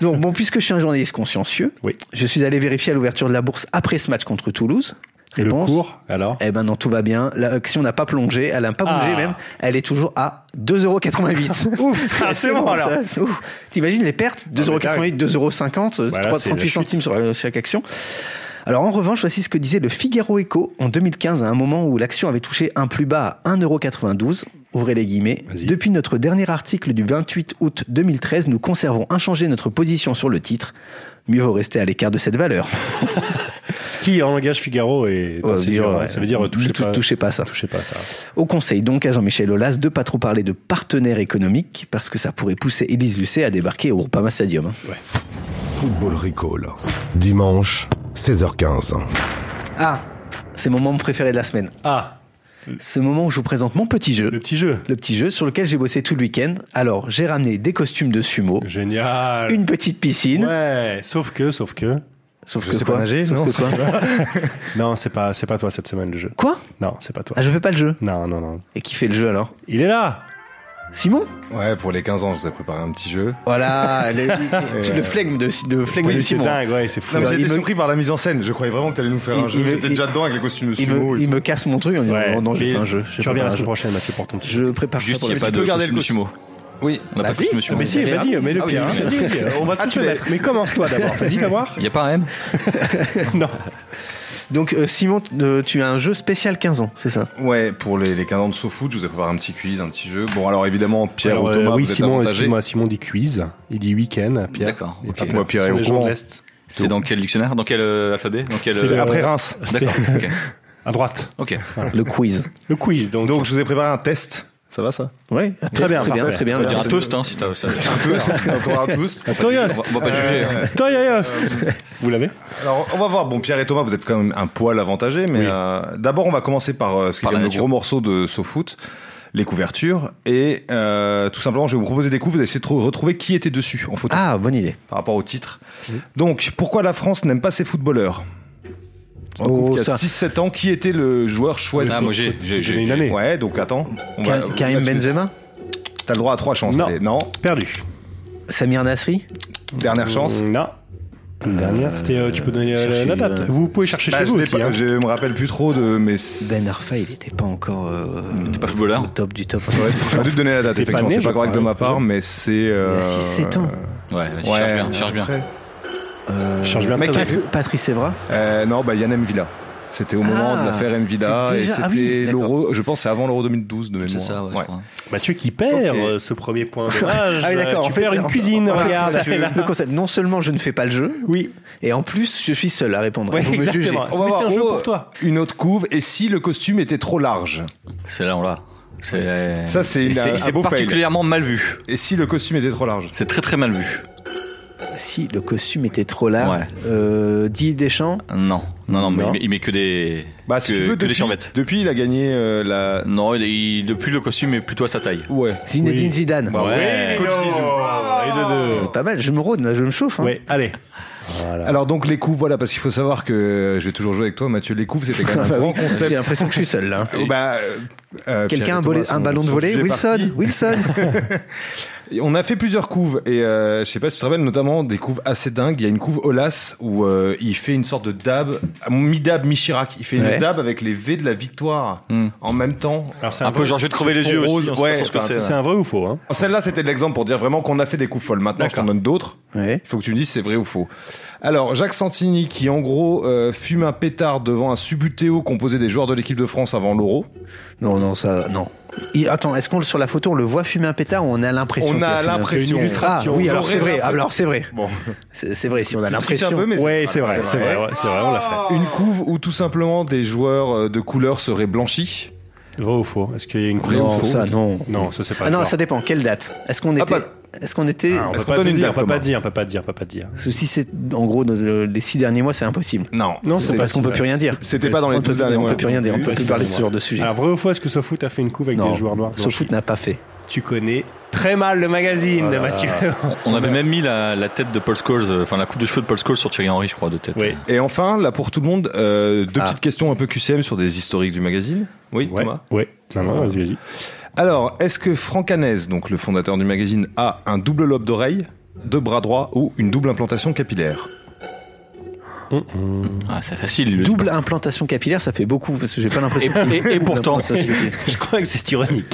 Speaker 2: Donc, bon, puisque je suis un journaliste consciencieux, je suis allé vérifier à l'ouverture de la bourse après ce match contre Toulouse. Réponse, le cours,
Speaker 3: euh, alors
Speaker 2: Eh ben non, tout va bien. L'action n'a pas plongé, elle n'a pas
Speaker 3: Ah.
Speaker 2: bougé même. Elle est toujours à 2,88€. Ouf
Speaker 3: Ah, c'est bon, alors. Ah,
Speaker 2: ça, c'est ouf. T'imagines les pertes
Speaker 3: mais
Speaker 2: 2,88€, 2,50€, euh,
Speaker 3: Voilà,
Speaker 2: trois-
Speaker 3: c'est la
Speaker 2: 38
Speaker 3: chute.
Speaker 2: centimes sur euh, chaque action. Alors en revanche, voici ce que disait le Figaro Echo en 2015, à un moment où l'action avait touché un plus bas à 1,92€. Ouvrez les guillemets. Depuis notre dernier article du 28 août 2013, nous conservons inchangé notre position sur le titre. Mieux vaut rester à l'écart de cette valeur.
Speaker 3: Ce qui, en langage Figaro, est
Speaker 2: Ouais,
Speaker 3: c'est
Speaker 2: dire,
Speaker 3: dur,
Speaker 2: ouais.
Speaker 3: ça veut dire euh, touchez
Speaker 2: Oh, Tou-
Speaker 3: pas,
Speaker 2: touchez pas ça.
Speaker 3: Touchez pas ça.
Speaker 2: Au conseil donc à Jean-Michel Aulas de pas trop parler de partenaires économiques parce que ça pourrait pousser Élise Lucet à débarquer au Groupama Stadium. hein.
Speaker 5: Football Recall. Dimanche, 16h15.
Speaker 2: Ah, c'est mon moment préféré de la semaine.
Speaker 3: Ah.
Speaker 2: Ce moment où je vous présente mon petit jeu. Le
Speaker 3: petit jeu.
Speaker 2: Le petit jeu sur lequel j'ai bossé tout le week-end. Alors, j'ai ramené des costumes de sumo.
Speaker 3: Génial.
Speaker 2: Une petite piscine.
Speaker 3: Ouais, sauf que, sauf que.
Speaker 2: Sauf Je que sais quoi pas nager, Sauf non que quoi
Speaker 3: Non, c'est pas, c'est pas toi cette semaine le jeu.
Speaker 2: Quoi
Speaker 3: Non, c'est pas toi.
Speaker 2: Ah, je fais pas le jeu
Speaker 3: Non, non, non.
Speaker 2: Et qui fait le jeu alors
Speaker 3: Il est là
Speaker 2: Simon
Speaker 11: Ouais, pour les 15 ans, je vous ai préparé un petit jeu.
Speaker 2: Voilà, le,
Speaker 11: Et,
Speaker 2: le
Speaker 11: euh,
Speaker 2: flegme de, de, flegme de Simon. hein.
Speaker 11: Non, mais
Speaker 2: Alors,
Speaker 11: j'ai
Speaker 2: il
Speaker 11: été
Speaker 2: me-
Speaker 11: surpris par la mise en scène. Je croyais vraiment que t'allais nous faire un
Speaker 2: Il-
Speaker 11: jeu.
Speaker 2: il-
Speaker 11: J'étais
Speaker 2: il-
Speaker 11: déjà dedans avec les costumes de
Speaker 2: il
Speaker 11: sumo.
Speaker 2: me, il me casse mon truc en disant oh non, non, j'ai
Speaker 11: mais
Speaker 2: fait un jeu.
Speaker 11: tu
Speaker 2: J'ai
Speaker 11: reviens
Speaker 2: préparé
Speaker 11: la
Speaker 2: un
Speaker 11: semaine
Speaker 2: jeu.
Speaker 11: prochaine,
Speaker 3: Mathieu, pour ton petit
Speaker 2: Je prépare
Speaker 12: Juste,
Speaker 2: ça
Speaker 12: il n'y a
Speaker 2: pour
Speaker 12: pas
Speaker 2: la-
Speaker 12: de costume sumo.
Speaker 11: Oui.
Speaker 12: On n'a pas de costume sumo.
Speaker 3: Mais si, Eh, vas-y, mets le
Speaker 12: Ah oui,
Speaker 3: pied.
Speaker 12: hein.
Speaker 3: Vas-y, on va
Speaker 12: Ah,
Speaker 3: tout
Speaker 12: tu
Speaker 3: se
Speaker 12: l'as-
Speaker 3: mettre. Mais commence-toi d'abord. Vas-y, va voir.
Speaker 12: Il n'y a pas un M
Speaker 3: Non.
Speaker 2: Donc, euh, Simon, t- euh, tu as un jeu spécial 15 ans, c'est ça
Speaker 11: Ouais, pour les, les 15 ans de SoFoot, je vous ai préparé un petit quiz, un petit jeu. Bon, alors évidemment, Pierre
Speaker 3: Alors,
Speaker 11: ou
Speaker 3: euh,
Speaker 11: Thomas,
Speaker 3: oui,
Speaker 11: vous êtes
Speaker 3: Simon,
Speaker 11: avantagés.
Speaker 3: excuse-moi, Simon dit quiz. Il dit week-end, Pierre.
Speaker 12: D'accord.
Speaker 3: Et
Speaker 12: ok.
Speaker 3: puis, Moi, Pierre sur est au les gens de courant. l'Est.
Speaker 12: C'est dans quel dictionnaire Dans quel euh, alphabet Dans quel,
Speaker 3: C'est
Speaker 12: euh,
Speaker 3: après Reims.
Speaker 12: D'accord.
Speaker 3: C'est-
Speaker 12: ok.
Speaker 3: À droite.
Speaker 12: Ok.
Speaker 2: Le quiz.
Speaker 3: Le quiz, donc.
Speaker 11: Donc, je vous ai préparé un test. Ça va, ça
Speaker 2: Ouais, un
Speaker 11: Très
Speaker 2: test,
Speaker 11: bien,
Speaker 2: très bien,
Speaker 11: parfait.
Speaker 2: très bien.
Speaker 11: On va
Speaker 2: Le
Speaker 11: dire
Speaker 12: Un
Speaker 2: test.
Speaker 12: toast, hein, si t'as. ça-
Speaker 11: toast, encore un toast.
Speaker 12: On va pas juger, on va- on va pas juger.
Speaker 3: Euh,
Speaker 12: hein.
Speaker 3: Vous l'avez
Speaker 11: Alors, on va voir. Bon, Pierre et Thomas, vous êtes quand même un poil avantagés, mais euh, d'abord, on va commencer par euh, ce qui est
Speaker 12: Par
Speaker 11: quand
Speaker 12: la
Speaker 11: même le
Speaker 12: nature.
Speaker 11: gros morceau de SoFoot, les couvertures. Et euh, tout simplement, je vais vous proposer des coups, vous allez essayer de trou- retrouver qui était dessus en photo.
Speaker 2: Ah, bonne idée.
Speaker 11: Par rapport au titre. Donc, pourquoi la France n'aime pas ses footballeurs
Speaker 2: Oh,
Speaker 11: il y a
Speaker 2: ça.
Speaker 11: 6-7 ans, qui était le joueur choisi
Speaker 12: Ah, moi, j'ai- j'ai- j'ai- J'ai une
Speaker 11: année. Ouais, donc attends.
Speaker 2: Ka- Karim Benzema
Speaker 11: T'as le droit à 3 chances.
Speaker 2: Non.
Speaker 11: allez. non.
Speaker 3: Perdu.
Speaker 2: Samir Nasri
Speaker 11: Dernière chance.
Speaker 3: Non. Une dernière. C'était, euh, tu peux donner euh,
Speaker 2: chercher,
Speaker 3: la date.
Speaker 2: euh,
Speaker 3: Vous pouvez chercher
Speaker 11: Bah,
Speaker 3: chez
Speaker 11: je
Speaker 3: vous
Speaker 11: l'ai
Speaker 3: aussi.
Speaker 11: pas-
Speaker 3: hein.
Speaker 11: Je me rappelle plus trop de. Mais
Speaker 2: Ben Arfa, il n'était pas encore euh,
Speaker 12: pas footballeur.
Speaker 2: au top du top.
Speaker 11: J'aurais dû te donner la date,
Speaker 2: T'es pas
Speaker 11: effectivement.
Speaker 2: né,
Speaker 11: C'est
Speaker 2: je
Speaker 11: pas correct
Speaker 2: crois,
Speaker 11: de ma
Speaker 2: hein,
Speaker 11: part, mais c'est. euh,
Speaker 2: Il y a six, sept ans.
Speaker 12: Ouais, vas-y,
Speaker 11: Ouais,
Speaker 12: cherche bien, cherche bien.
Speaker 11: après.
Speaker 2: Euh,
Speaker 11: Change bien
Speaker 2: mec,
Speaker 11: de
Speaker 2: t'as
Speaker 11: prévu.
Speaker 2: vu Patrice Evra
Speaker 11: Euh, non, bah, Yann Mvila. C'était au moment
Speaker 2: Ah,
Speaker 11: de l'affaire Mvila
Speaker 2: c'est
Speaker 11: et
Speaker 2: déjà-
Speaker 11: c'était
Speaker 2: ah oui,
Speaker 11: l'euro, je pense, c'est avant l'euro 2012 de mémoire.
Speaker 12: C'est ça, ouais, je crois.
Speaker 3: Mathieu qui perd Bah, euh, ce premier point. Dommage.
Speaker 2: Ah oui, d'accord.
Speaker 3: Tu
Speaker 2: en fait,
Speaker 3: perds une
Speaker 2: en-
Speaker 3: cuisine.
Speaker 2: en fait,
Speaker 3: regarde.
Speaker 2: c'est ça,
Speaker 3: Là.
Speaker 2: le concept. Non seulement je ne fais pas le jeu,
Speaker 3: oui.
Speaker 2: et en plus, je suis seul à répondre.
Speaker 3: Ouais,
Speaker 2: Vous me
Speaker 3: exactement.
Speaker 2: jugez.
Speaker 3: On va Mais voir. c'est un jeu pour toi.
Speaker 11: Une autre couve, et si le costume était trop large
Speaker 12: C'est là, on l'a. C'est-
Speaker 11: Ça, c'est
Speaker 12: Et
Speaker 11: une- un
Speaker 12: C'est
Speaker 11: beau fail.
Speaker 12: particulièrement mal vu.
Speaker 11: Et si le costume était trop large
Speaker 12: C'est très très mal vu.
Speaker 2: si le costume était trop large. Euh, Didier Deschamps
Speaker 12: Non, non, non, mais
Speaker 2: Non.
Speaker 12: Il, met, il met que des.
Speaker 11: Bah,
Speaker 12: que,
Speaker 11: si tu veux,
Speaker 12: que des
Speaker 11: depuis-
Speaker 12: survêtes.
Speaker 11: Depuis, il a gagné euh, la.
Speaker 12: Non, il- il- depuis le costume est plutôt à sa taille.
Speaker 11: Ouais.
Speaker 2: Zinedine Zidane.
Speaker 12: Ouais.
Speaker 2: Euh, Pas mal, je me rôde, là, je me chauffe. hein.
Speaker 3: allez.
Speaker 11: Alors donc les coups, voilà, parce qu'il faut savoir que euh, je vais toujours jouer avec toi, Mathieu. Les coups, c'était quand même
Speaker 2: Bah
Speaker 11: un grand
Speaker 2: oui,
Speaker 11: concept.
Speaker 2: j'ai l'impression que je suis seul, là.
Speaker 11: Oh, bah, euh, Pierre
Speaker 2: Quelqu'un a un,
Speaker 11: et
Speaker 2: bolé-
Speaker 11: Thomas
Speaker 2: un
Speaker 11: sont-
Speaker 2: ballon de
Speaker 11: sont
Speaker 2: volée
Speaker 11: jugés
Speaker 2: Wilson
Speaker 11: partis.
Speaker 2: Wilson
Speaker 11: Et On a fait plusieurs couves et euh, je sais pas si tu te rappelles notamment des couves assez dingues. Il y a une couve Olas où euh, il fait une sorte de dab, euh, mi-dab, mi-Chirac. Il fait
Speaker 12: Ouais. Hmm.
Speaker 11: une dab avec les V de la victoire en même temps.
Speaker 12: un Un peu peu- Georges de Crevé-les-Yeux
Speaker 11: fond rose.
Speaker 12: aussi, on sait pas
Speaker 11: Ouais,
Speaker 12: trop ce que
Speaker 11: enfin,
Speaker 12: c'est,
Speaker 11: tout
Speaker 12: là.
Speaker 11: ça.
Speaker 3: C'est un vrai ou faux hein
Speaker 11: Celle-là, c'était l'exemple pour dire vraiment qu'on a fait des coups folles. Maintenant, je t'en donne d'autres. Il faut que tu me dises si c'est vrai ou faux. Alors, Jacques Santini, qui en gros euh, fume un pétard devant un subutéo composé des joueurs de l'équipe de France avant l'Euro.
Speaker 2: Non, non, ça, non. Il- attends, est-ce qu'on sur la photo on le voit fumer un pétard ou on a l'impression
Speaker 11: On
Speaker 2: qu'il
Speaker 11: a
Speaker 2: fumé un
Speaker 11: l'impression.
Speaker 2: pétard
Speaker 11: C'est une illustration.
Speaker 2: Ah, oui,
Speaker 11: On
Speaker 2: alors
Speaker 11: aurait
Speaker 2: c'est vrai.
Speaker 11: l'impression.
Speaker 2: Ah, Alors c'est vrai.
Speaker 11: Bon.
Speaker 2: C'est c'est vrai si on a
Speaker 11: Tu triches un
Speaker 2: l'impression.
Speaker 11: peu, mais c'est-
Speaker 3: Ouais, c'est vrai,
Speaker 11: c'est
Speaker 3: c'est
Speaker 11: vrai. Ah.
Speaker 3: vrai, ouais, c'est vrai, on l'a fait.
Speaker 11: Une couve où tout simplement des joueurs euh, de couleur seraient blanchis.
Speaker 3: Vrai ou faux Est-ce qu'il y a une
Speaker 11: Vrai
Speaker 3: couve
Speaker 11: ou faux
Speaker 2: ça, non.
Speaker 3: Non, ça c'est pas
Speaker 2: Ah non,
Speaker 3: genre.
Speaker 2: ça dépend. Quelle date Est-ce qu'on était Est-ce qu'on était
Speaker 3: Ah, on peut pas te dire, on peut pas dire, on peut pas dire, on peut pas dire.
Speaker 2: Parce que si c'est en gros nos- le- les six derniers mois, c'est impossible.
Speaker 11: Non,
Speaker 3: Non, c'est
Speaker 2: parce qu'on peut
Speaker 3: possible.
Speaker 2: plus rien dire.
Speaker 3: C'était pas dans les
Speaker 2: On peut-
Speaker 3: douze derniers
Speaker 2: On peut
Speaker 3: mois.
Speaker 2: plus rien dire. On peut
Speaker 3: Oui,
Speaker 2: plus parler de
Speaker 3: c'est
Speaker 2: ce genre
Speaker 3: vrai.
Speaker 2: de sujet.
Speaker 3: Alors, vrai ou faux, est-ce que SoFoot a fait une couve avec
Speaker 2: Non,
Speaker 3: des joueurs noirs
Speaker 2: SoFoot n'a pas fait.
Speaker 3: Tu connais très mal le magazine,
Speaker 12: Voilà.
Speaker 3: Mathieu.
Speaker 12: On on avait même mis la, la tête de Paul Scholes, euh, enfin la coupe de cheveux de Paul Scholes sur Thierry Henry, je crois, de tête.
Speaker 11: Et enfin, là pour tout le monde, euh, deux
Speaker 12: Ah.
Speaker 11: petites questions un peu QCM sur des historiques du magazine. Oui, Thomas
Speaker 3: Oui, non, non, vas-y, vas-y.
Speaker 11: Alors, est-ce que Franck Hanez, donc le fondateur du magazine, a un double lobe d'oreille, deux bras droits ou une double implantation capillaire
Speaker 12: Ah, c'est facile.
Speaker 2: Double implantation capillaire, ça fait beaucoup parce que j'ai pas l'impression.
Speaker 12: Et-
Speaker 2: qu'il y ait
Speaker 12: et- et
Speaker 2: beaucoup
Speaker 12: pourtant.
Speaker 2: d'implantation capillaire.
Speaker 3: Je crois que c'est ironique.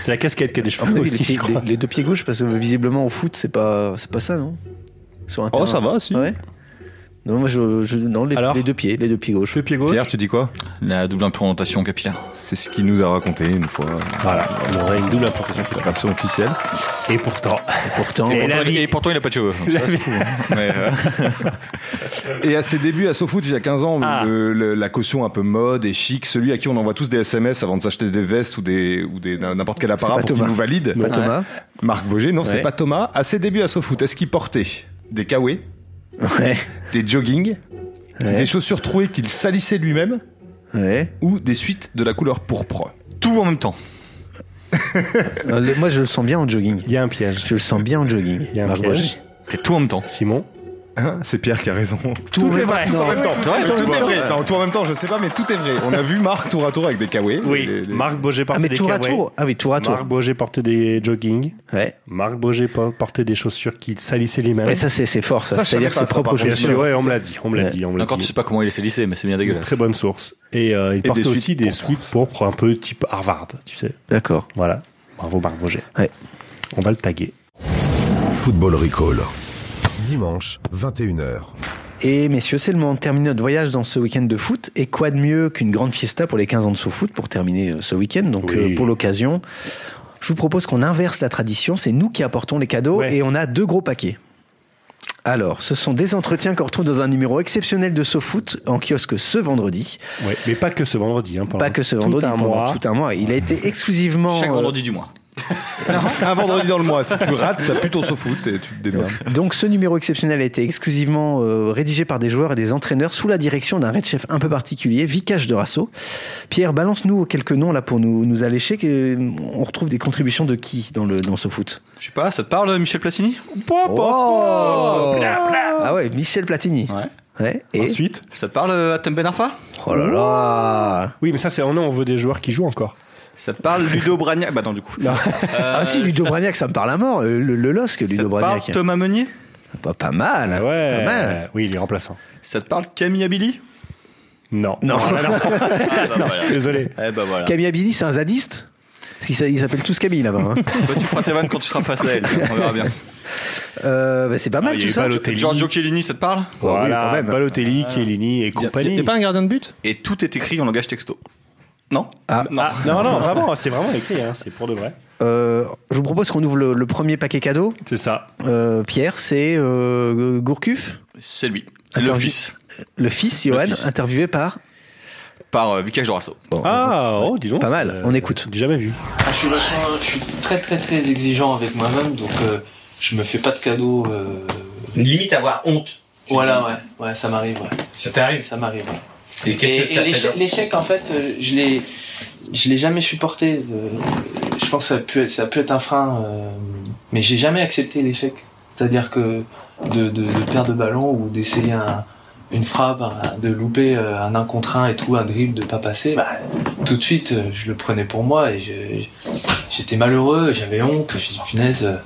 Speaker 3: C'est la casquette qui a des
Speaker 2: À mon
Speaker 3: cheveux
Speaker 2: avis,
Speaker 3: aussi,
Speaker 2: les, pieds-
Speaker 3: je crois.
Speaker 2: les- les deux pieds gauches, parce que visiblement au foot, c'est pas, c'est pas ça, non Sur un
Speaker 11: Oh,
Speaker 2: terrain.
Speaker 11: ça va, si.
Speaker 2: Ouais. Non, moi, je, je- non, les, les deux pieds, les deux pieds gauches.
Speaker 11: Pierre, tu dis quoi
Speaker 12: La double implantation capillaire.
Speaker 11: C'est ce qu'il nous a raconté une fois.
Speaker 3: Voilà, on aurait une double implantation capillaire.
Speaker 11: Version officielle.
Speaker 3: Et pourtant.
Speaker 2: Et pourtant.
Speaker 12: Et,
Speaker 11: Et
Speaker 12: pourtant,
Speaker 11: la vie.
Speaker 12: et pourtant, il a pas de cheveux.
Speaker 11: La
Speaker 12: Ça, c'est
Speaker 11: vie.
Speaker 12: fou, hein.
Speaker 11: Mais, euh, et à ses débuts à SoFoot, il y a 15 ans, le- le- la caution un peu mode et chic, celui à qui on envoie tous des SMS avant de s'acheter des vestes ou des ou des n'importe quel appareil
Speaker 2: pas
Speaker 11: pour qu'il
Speaker 2: Thomas.
Speaker 11: nous valide.
Speaker 2: Pas Thomas.
Speaker 11: Marc Boger, non, c'est
Speaker 2: Ouais.
Speaker 11: pas Thomas. À ses débuts à SoFoot, est-ce qu'il portait des kawaii,
Speaker 2: Ouais.
Speaker 11: des jogging,
Speaker 2: Ouais.
Speaker 11: des chaussures trouées qu'il salissait lui-même,
Speaker 2: Ouais.
Speaker 11: ou des suites de la couleur pourpre
Speaker 12: Tout en même temps.
Speaker 2: Euh, le- moi, je le sens bien en jogging.
Speaker 3: Il y a un piège.
Speaker 2: Je le sens bien en jogging.
Speaker 3: Il y a un
Speaker 2: Marc
Speaker 3: piège.
Speaker 2: Roger.
Speaker 12: C'est tout en même temps.
Speaker 3: Simon
Speaker 11: Hein, c'est Pierre qui a raison.
Speaker 2: Tout
Speaker 11: est
Speaker 2: est vrai.
Speaker 11: vrai. Tout en même temps.
Speaker 2: Oui,
Speaker 11: Tout
Speaker 2: oui, tout est
Speaker 11: est
Speaker 2: vrai.
Speaker 11: vrai. Non, tout en même temps, je sais pas, mais tout est vrai. On a vu Marc tour à tour avec des kawaii.
Speaker 3: Oui,
Speaker 11: les- les-
Speaker 3: Marc Boger portait
Speaker 2: mais
Speaker 3: des
Speaker 2: tour à
Speaker 3: kawaii.
Speaker 2: tour. Ah oui, tour à tour.
Speaker 3: Marc Boger portait des jogging.
Speaker 2: Ouais.
Speaker 3: Marc Boger por- portait des chaussures qu'il salissait lui-même.
Speaker 2: Et ça, c'est c'est fort, ça.
Speaker 3: Ça, je
Speaker 2: C'est-à-dire
Speaker 3: savais
Speaker 2: ses
Speaker 3: pas, ça,
Speaker 2: propres
Speaker 3: par contre.
Speaker 2: chaussures.
Speaker 3: Ouais, on me l'a dit, on me l'a dit, on me l'a
Speaker 12: Encore,
Speaker 3: dit.
Speaker 12: tu sais pas comment il est salissé, mais c'est bien dégueulasse.
Speaker 3: Très bonne source. Et euh, il
Speaker 12: des
Speaker 3: portait
Speaker 12: suites
Speaker 3: aussi des
Speaker 12: pourpres.
Speaker 3: suites pourpres, un peu type Harvard, tu sais.
Speaker 2: D'accord.
Speaker 3: Voilà. Bravo Marc Boger.
Speaker 2: Ouais.
Speaker 3: On va le taguer.
Speaker 5: Football Recall. Dimanche, 21h.
Speaker 2: Et messieurs, c'est le moment de terminer notre voyage dans ce week-end de foot. Et quoi de mieux qu'une grande fiesta pour les 15 ans de sous-foot pour terminer euh, ce week-end Donc
Speaker 3: Oui.
Speaker 2: euh, pour l'occasion, je vous propose qu'on inverse la tradition. C'est nous qui apportons les cadeaux et on a deux gros paquets. Alors, ce sont des entretiens qu'on retrouve dans un numéro exceptionnel de SoFoot en kiosque ce vendredi.
Speaker 3: Ouais, mais pas que ce vendredi. hein, pendant
Speaker 2: Pas que ce
Speaker 3: tout
Speaker 2: vendredi,
Speaker 3: un
Speaker 2: pendant
Speaker 3: mois.
Speaker 2: tout un mois. Il a été exclusivement...
Speaker 12: Chaque
Speaker 2: euh,
Speaker 12: vendredi du mois.
Speaker 11: un vendredi dans le mois. Si tu rates, t'as plus ton SoFoot et tu te démerdes.
Speaker 2: Donc ce numéro exceptionnel a été exclusivement euh, rédigé par des joueurs et des entraîneurs sous la direction d'un red chef un peu particulier, Vicage de Rasso. Pierre, balance-nous quelques noms là pour nous, nous allécher. que- euh, On retrouve des contributions de qui dans, le, dans ce foot
Speaker 12: Je sais pas, ça te parle, Michel Platini
Speaker 2: Oh Ah ouais, Michel Platini. Ouais. et
Speaker 3: Ensuite
Speaker 12: Ça te parle, euh, Atem Ben Arfa
Speaker 2: Oh là là
Speaker 3: Oui, mais ça, c'est non, on veut des joueurs qui jouent encore.
Speaker 12: Ça te parle, Ludo Bragnac Bah non, du coup. Euh,
Speaker 2: Ah si, Ludo Bragnac, ça me parle à mort. Le, le LOSC,
Speaker 12: Ça
Speaker 2: Ludo
Speaker 12: te parle,
Speaker 2: Bragnac.
Speaker 12: Thomas Meunier
Speaker 2: Pas, pas mal.
Speaker 3: Ouais.
Speaker 2: Pas mal.
Speaker 3: Oui, il est remplaçant.
Speaker 12: Ça te parle, Camille Abili
Speaker 3: Non.
Speaker 2: Non.
Speaker 12: Ah bah voilà.
Speaker 3: Désolé.
Speaker 12: Eh bah voilà.
Speaker 2: Camille Abili, c'est un zadiste Parce qu'ils s'a- ils s'appellent tous Camille là-bas. hein.
Speaker 12: Bah, tu feras tes vannes quand tu seras face à elle. On verra bien.
Speaker 2: Euh, bah, c'est pas mal
Speaker 3: Ah, il y a
Speaker 2: tout
Speaker 3: eu
Speaker 2: ça.
Speaker 3: Balotelli.
Speaker 12: Giorgio Chiellini, ça te parle
Speaker 3: Voilà,
Speaker 2: quand même.
Speaker 3: Balotelli, Chiellini et compagnie.
Speaker 11: T'es pas un gardien de but
Speaker 12: Et tout est écrit en langage texto. Non
Speaker 2: Ah.
Speaker 12: Non.
Speaker 3: Ah, non, non, vraiment, c'est vraiment écrit, hein, c'est pour de vrai.
Speaker 2: Euh, je vous propose qu'on ouvre le, le premier paquet cadeau.
Speaker 3: C'est ça.
Speaker 2: Euh, Pierre, c'est euh, Gourcuff,
Speaker 12: C'est lui.
Speaker 2: Attends,
Speaker 12: Le fils.
Speaker 2: le fils Johan,
Speaker 12: fils.
Speaker 2: interviewé par.
Speaker 12: Par euh, Vicage Dorasso.
Speaker 2: Bon,
Speaker 3: Ah, oh, dis donc.
Speaker 2: pas mal,
Speaker 3: euh,
Speaker 2: on écoute.
Speaker 3: J'ai jamais vu.
Speaker 6: Ah, je suis vachement, je suis très très très exigeant avec moi-même, donc euh, je me fais pas de cadeaux euh,
Speaker 15: limite avoir honte. tu
Speaker 6: Voilà,
Speaker 15: dis.
Speaker 6: ouais. Ouais, ça m'arrive, ouais.
Speaker 15: Ça t'arrive
Speaker 6: Ça m'arrive, ouais.
Speaker 15: Et qu'est-ce que ça fait
Speaker 6: l'échec,
Speaker 15: dans-
Speaker 6: l'échec, en fait, euh, je l'ai, je l'ai jamais supporté. euh, Je pense que ça a pu, être- ça a pu être un frein, euh, mais j'ai jamais accepté l'échec. C'est-à-dire que de, de, de perdre le ballon ou d'essayer un- une frappe, un- de louper euh, un 1 contre 1 et tout, un dribble, de pas passer, bah, tout de suite, euh, je le prenais pour moi et je- j'étais malheureux, j'avais honte, je me suis dit, punaise, euh,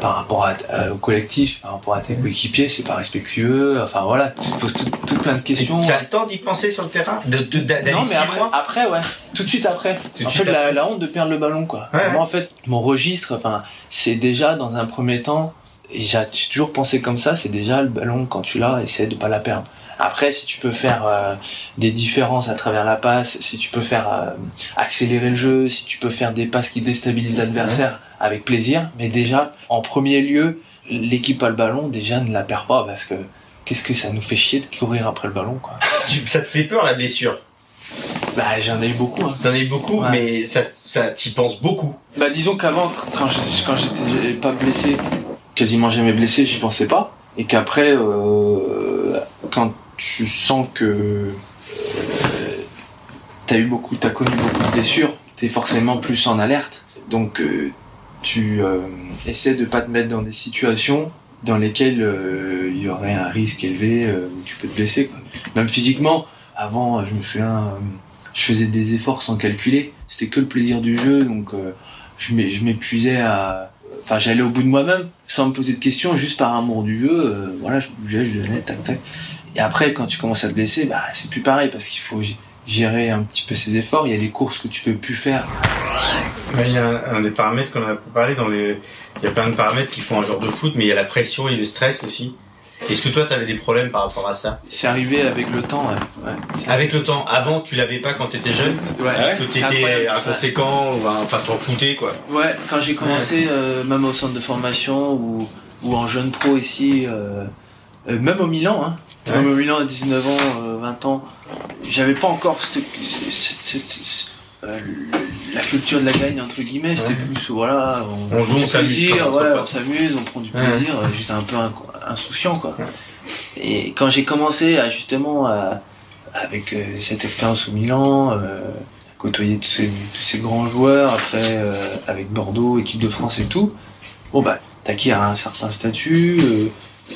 Speaker 6: par rapport à- à- au collectif, par rapport à tes coéquipiers, c'est pas respectueux, enfin voilà, tu te poses tout, tout plein de questions.
Speaker 15: T'as le temps d'y penser sur le terrain de, de- d'a- d'aller
Speaker 6: Non, mais
Speaker 15: six
Speaker 6: après,
Speaker 15: mois
Speaker 6: après, ouais, tout de suite après.
Speaker 15: Tout de
Speaker 6: en
Speaker 15: suite
Speaker 6: fait, la, la honte de perdre le ballon, quoi.
Speaker 15: Ouais.
Speaker 6: Moi, en fait, mon registre, enfin, c'est déjà dans un premier temps, et j'ai j'ai toujours pensé comme ça, c'est déjà le ballon, quand tu l'as, essaie de pas la perdre. Après, si tu peux faire euh, des différences à travers la passe, si tu peux faire euh, accélérer le jeu, si tu peux faire des passes qui déstabilisent l'adversaire, avec plaisir. Mais déjà, en premier lieu, l'équipe a le ballon, déjà ne la perd pas parce que qu'est-ce que ça nous fait chier de courir après le ballon, quoi.
Speaker 15: Tu- Ça te fait peur la blessure
Speaker 6: Bah j'en ai eu beaucoup.
Speaker 15: T'en as eu beaucoup,
Speaker 6: Ouais.
Speaker 15: mais ça, ça t'y penses beaucoup.
Speaker 6: Bah disons qu'avant, quand je- quand j'étais pas blessé, quasiment jamais blessé, j'y pensais pas. Et qu'après, euh, quand tu sens que euh, t'as eu beaucoup, t'as connu beaucoup de blessures, t'es forcément plus en alerte. Donc euh, tu euh, essaies de pas te mettre dans des situations dans lesquelles euh, il y aurait un risque élevé euh, où tu peux te blesser. quoi. Même physiquement, avant, je me souviens, euh, je faisais des efforts sans calculer. C'était que le plaisir du jeu, donc euh, je m'é- je m'épuisais à. Enfin, j'allais au bout de moi-même sans me poser de questions, juste par amour du jeu. euh, voilà, je bougeais, je donnais, tac, tac. Et après, quand tu commences à te blesser, bah, c'est plus pareil parce qu'il faut g- gérer un petit peu ses efforts. Il y a des courses que tu peux plus faire.
Speaker 12: Ouais, Il y a un, un des paramètres qu'on a parlé dans les. Il y a plein de paramètres qui font un joueur de foot, mais il y a la pression et le stress aussi. Est-ce que toi, tu avais des problèmes par rapport à ça
Speaker 6: C'est arrivé avec le temps. ouais.
Speaker 12: Avec le temps, avant, tu l'avais pas quand t'étais jeune
Speaker 6: Ouais.
Speaker 12: Parce que
Speaker 6: C'est incroyable.
Speaker 12: t'étais inconséquent, ou un- enfin, t'en foutais quoi.
Speaker 6: Ouais, quand j'ai commencé, euh, même au centre de formation ou, ou en jeune pro ici, euh, euh, même au Milan, hein,
Speaker 12: Ouais.
Speaker 6: même au Milan à 19 ans, euh, 20 ans, j'avais pas encore cette, cette- cette- cette- euh, la culture de la gagne, entre guillemets, c'était plus, voilà,
Speaker 12: On joue,
Speaker 6: prend
Speaker 12: on
Speaker 6: du
Speaker 12: s'amuse,
Speaker 6: plaisir,
Speaker 12: quoi, entre
Speaker 6: voilà,
Speaker 12: potes.
Speaker 6: on s'amuse, on prend du
Speaker 12: Ouais.
Speaker 6: plaisir, euh, j'étais un peu inco- insouciant, quoi. Et quand j'ai commencé à justement à- avec euh, cette expérience au Milan, euh, à côtoyer tous ces, tous ces grands joueurs, après euh, avec Bordeaux, équipe de France et tout, bon bah t'acquiers un certain statut, euh,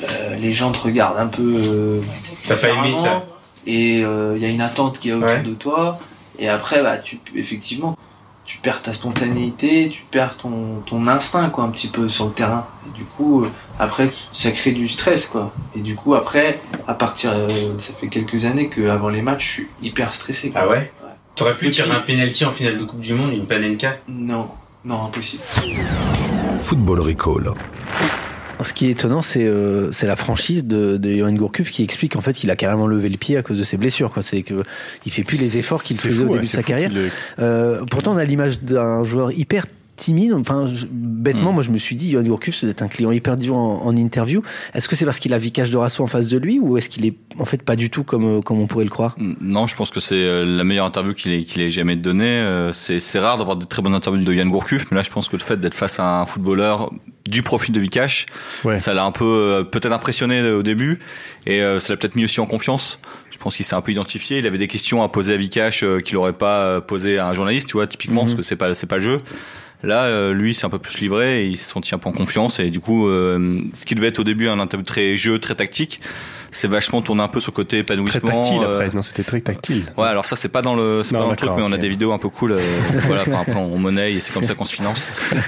Speaker 6: euh, les gens te regardent un peu. euh,
Speaker 12: T'as pas aimé
Speaker 6: différemment,
Speaker 12: ça.
Speaker 6: Et il y a une attente qui est autour
Speaker 12: Ouais.
Speaker 6: de toi, et après bah tu effectivement tu perds ta spontanéité, tu perds ton, ton instinct quoi un petit peu sur le terrain. Et du coup euh, après ça crée du stress quoi. Et du coup après à partir euh, ça fait quelques années que avant les matchs je suis hyper stressé. quoi.
Speaker 12: Ah ouais T'aurais pu
Speaker 6: Depuis-
Speaker 12: tirer un penalty en finale de Coupe du Monde, une panenka
Speaker 6: Non, non, impossible.
Speaker 9: Football Recall.
Speaker 2: Ah, Ce qui est étonnant, c'est euh, c'est la franchise de, de Johan Gourcuff qui explique en fait qu'il a carrément levé le pied à cause de ses blessures. quoi. C'est que il fait plus les efforts qu'il
Speaker 3: C'est
Speaker 2: faisait
Speaker 3: fou,
Speaker 2: au
Speaker 3: ouais,
Speaker 2: début de
Speaker 3: c'est
Speaker 2: sa
Speaker 3: fou
Speaker 2: carrière.
Speaker 3: qu'il le-
Speaker 2: Euh, pourtant, on a l'image d'un joueur hyper timide. Enfin, je- bêtement, moi, je me suis dit, Johan Gourcuff, c'est un client hyper dur en, en interview. Est-ce que c'est parce qu'il a Vikash Dorasso en face de lui ou est-ce qu'il est en fait pas du tout comme euh, comme on pourrait le croire
Speaker 11: Non, je pense que c'est euh, la meilleure interview qu'il ait, qu'il ait jamais donnée. Euh, C'est c'est rare d'avoir des très bonnes interviews de Yann Gourcuff, mais là, je pense que le fait d'être face à un footballeur du profil de Vikash, ça l'a un peu euh, peut-être impressionné euh, au début, et euh, ça l'a peut-être mis aussi en confiance. Je pense qu'il s'est un peu identifié. Il avait des questions à poser à Vikash euh, qu'il n'aurait pas euh, posé à un journaliste, tu vois, typiquement,
Speaker 2: Mhm.
Speaker 11: parce que c'est pas c'est pas le jeu. Là, euh, lui, c'est un peu plus livré, et il s'est senti un peu en confiance, et du coup, euh, ce qui devait être au début un interview très jeu, très tactique, c'est vachement tourné un peu sur le côté
Speaker 3: Très
Speaker 11: épanouissement.
Speaker 3: tactile
Speaker 11: euh,
Speaker 3: après. Non, c'était très tactile.
Speaker 11: Ouais, alors ça, c'est pas dans le, c'est
Speaker 3: Non,
Speaker 11: pas dans le truc,
Speaker 3: d'accord,
Speaker 11: mais on a
Speaker 3: ok.
Speaker 11: des vidéos un peu cool. euh, voilà, enfin, après, on monnaie et c'est comme ça qu'on se finance.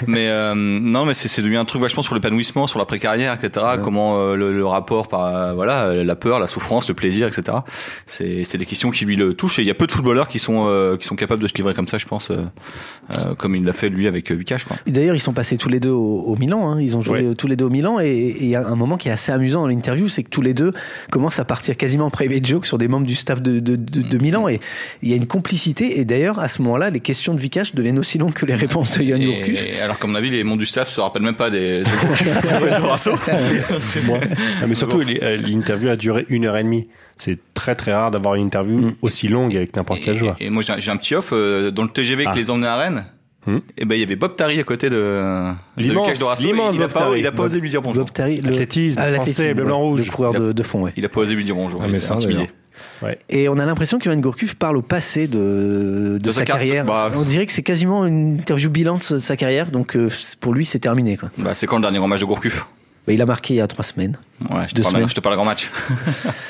Speaker 11: Mais euh, non, mais c'est c'est devenu un truc vachement sur l'épanouissement, sur la précarrière, etc. Comment euh, le, le rapport par, euh, voilà, euh, la peur, la souffrance, le plaisir, etc. C'est c'est des questions qui lui le touchent. Et il y a peu de footballeurs qui sont, euh, qui sont capables de se livrer comme ça, je pense, euh, euh, comme il l'a fait lui avec euh, Vikash, quoi.
Speaker 2: Et D'ailleurs, ils sont passés tous les deux au, au Milan. hein. Ils ont joué tous les deux au Milan. Et et il y a un moment qui est assez amusant dans l'interview, c'est que tous les deux commencent à partir quasiment en private joke sur des membres du staff de, de- de- de Milan. Et il y a une complicité. Et d'ailleurs, à ce moment-là, les questions de Vikash deviennent aussi longues que les réponses de Yann Gourcuff.
Speaker 11: Et, alors, comme mon avis, les mondes du staff se rappellent même pas des. des- C'est moi.
Speaker 3: Ah, mais surtout, il- euh, l'interview a duré une heure et demie. C'est très très rare
Speaker 2: Mm.
Speaker 3: d'avoir une interview aussi longue avec n'importe quel joueur.
Speaker 11: Et moi, j'ai un- j'ai un petit off euh, dans le TGV
Speaker 3: Ah.
Speaker 11: qui les emmenait à Rennes.
Speaker 2: Hmm
Speaker 11: Et ben il y avait Bob Tari à côté de de Lucas Dorasso, et
Speaker 3: l'immense
Speaker 11: il a
Speaker 3: Bob
Speaker 11: pas
Speaker 3: Tari.
Speaker 11: il a pas osé lui dire bonjour.
Speaker 2: Bob Terry, le- Ah, l'athlétisme, ouais, Le coureur de, de fond, ouais.
Speaker 11: Il a pas osé lui dire
Speaker 2: Ah,
Speaker 11: bonjour. il était intimidé.
Speaker 2: Et on a l'impression que Van Gourcuff parle au passé de, de
Speaker 11: De
Speaker 2: sa,
Speaker 11: sa carte-
Speaker 2: carrière.
Speaker 11: bah,
Speaker 2: on dirait que c'est quasiment une interview bilan de sa sa carrière, donc euh, pour lui c'est terminé. Quoi.
Speaker 11: Bah, c'est quand le dernier grand match de Gourcuff
Speaker 2: Bah, il a marqué il y a trois semaines.
Speaker 11: Ouais, je te,
Speaker 2: Deux
Speaker 11: parle,
Speaker 2: semaines.
Speaker 11: je te parle grand match.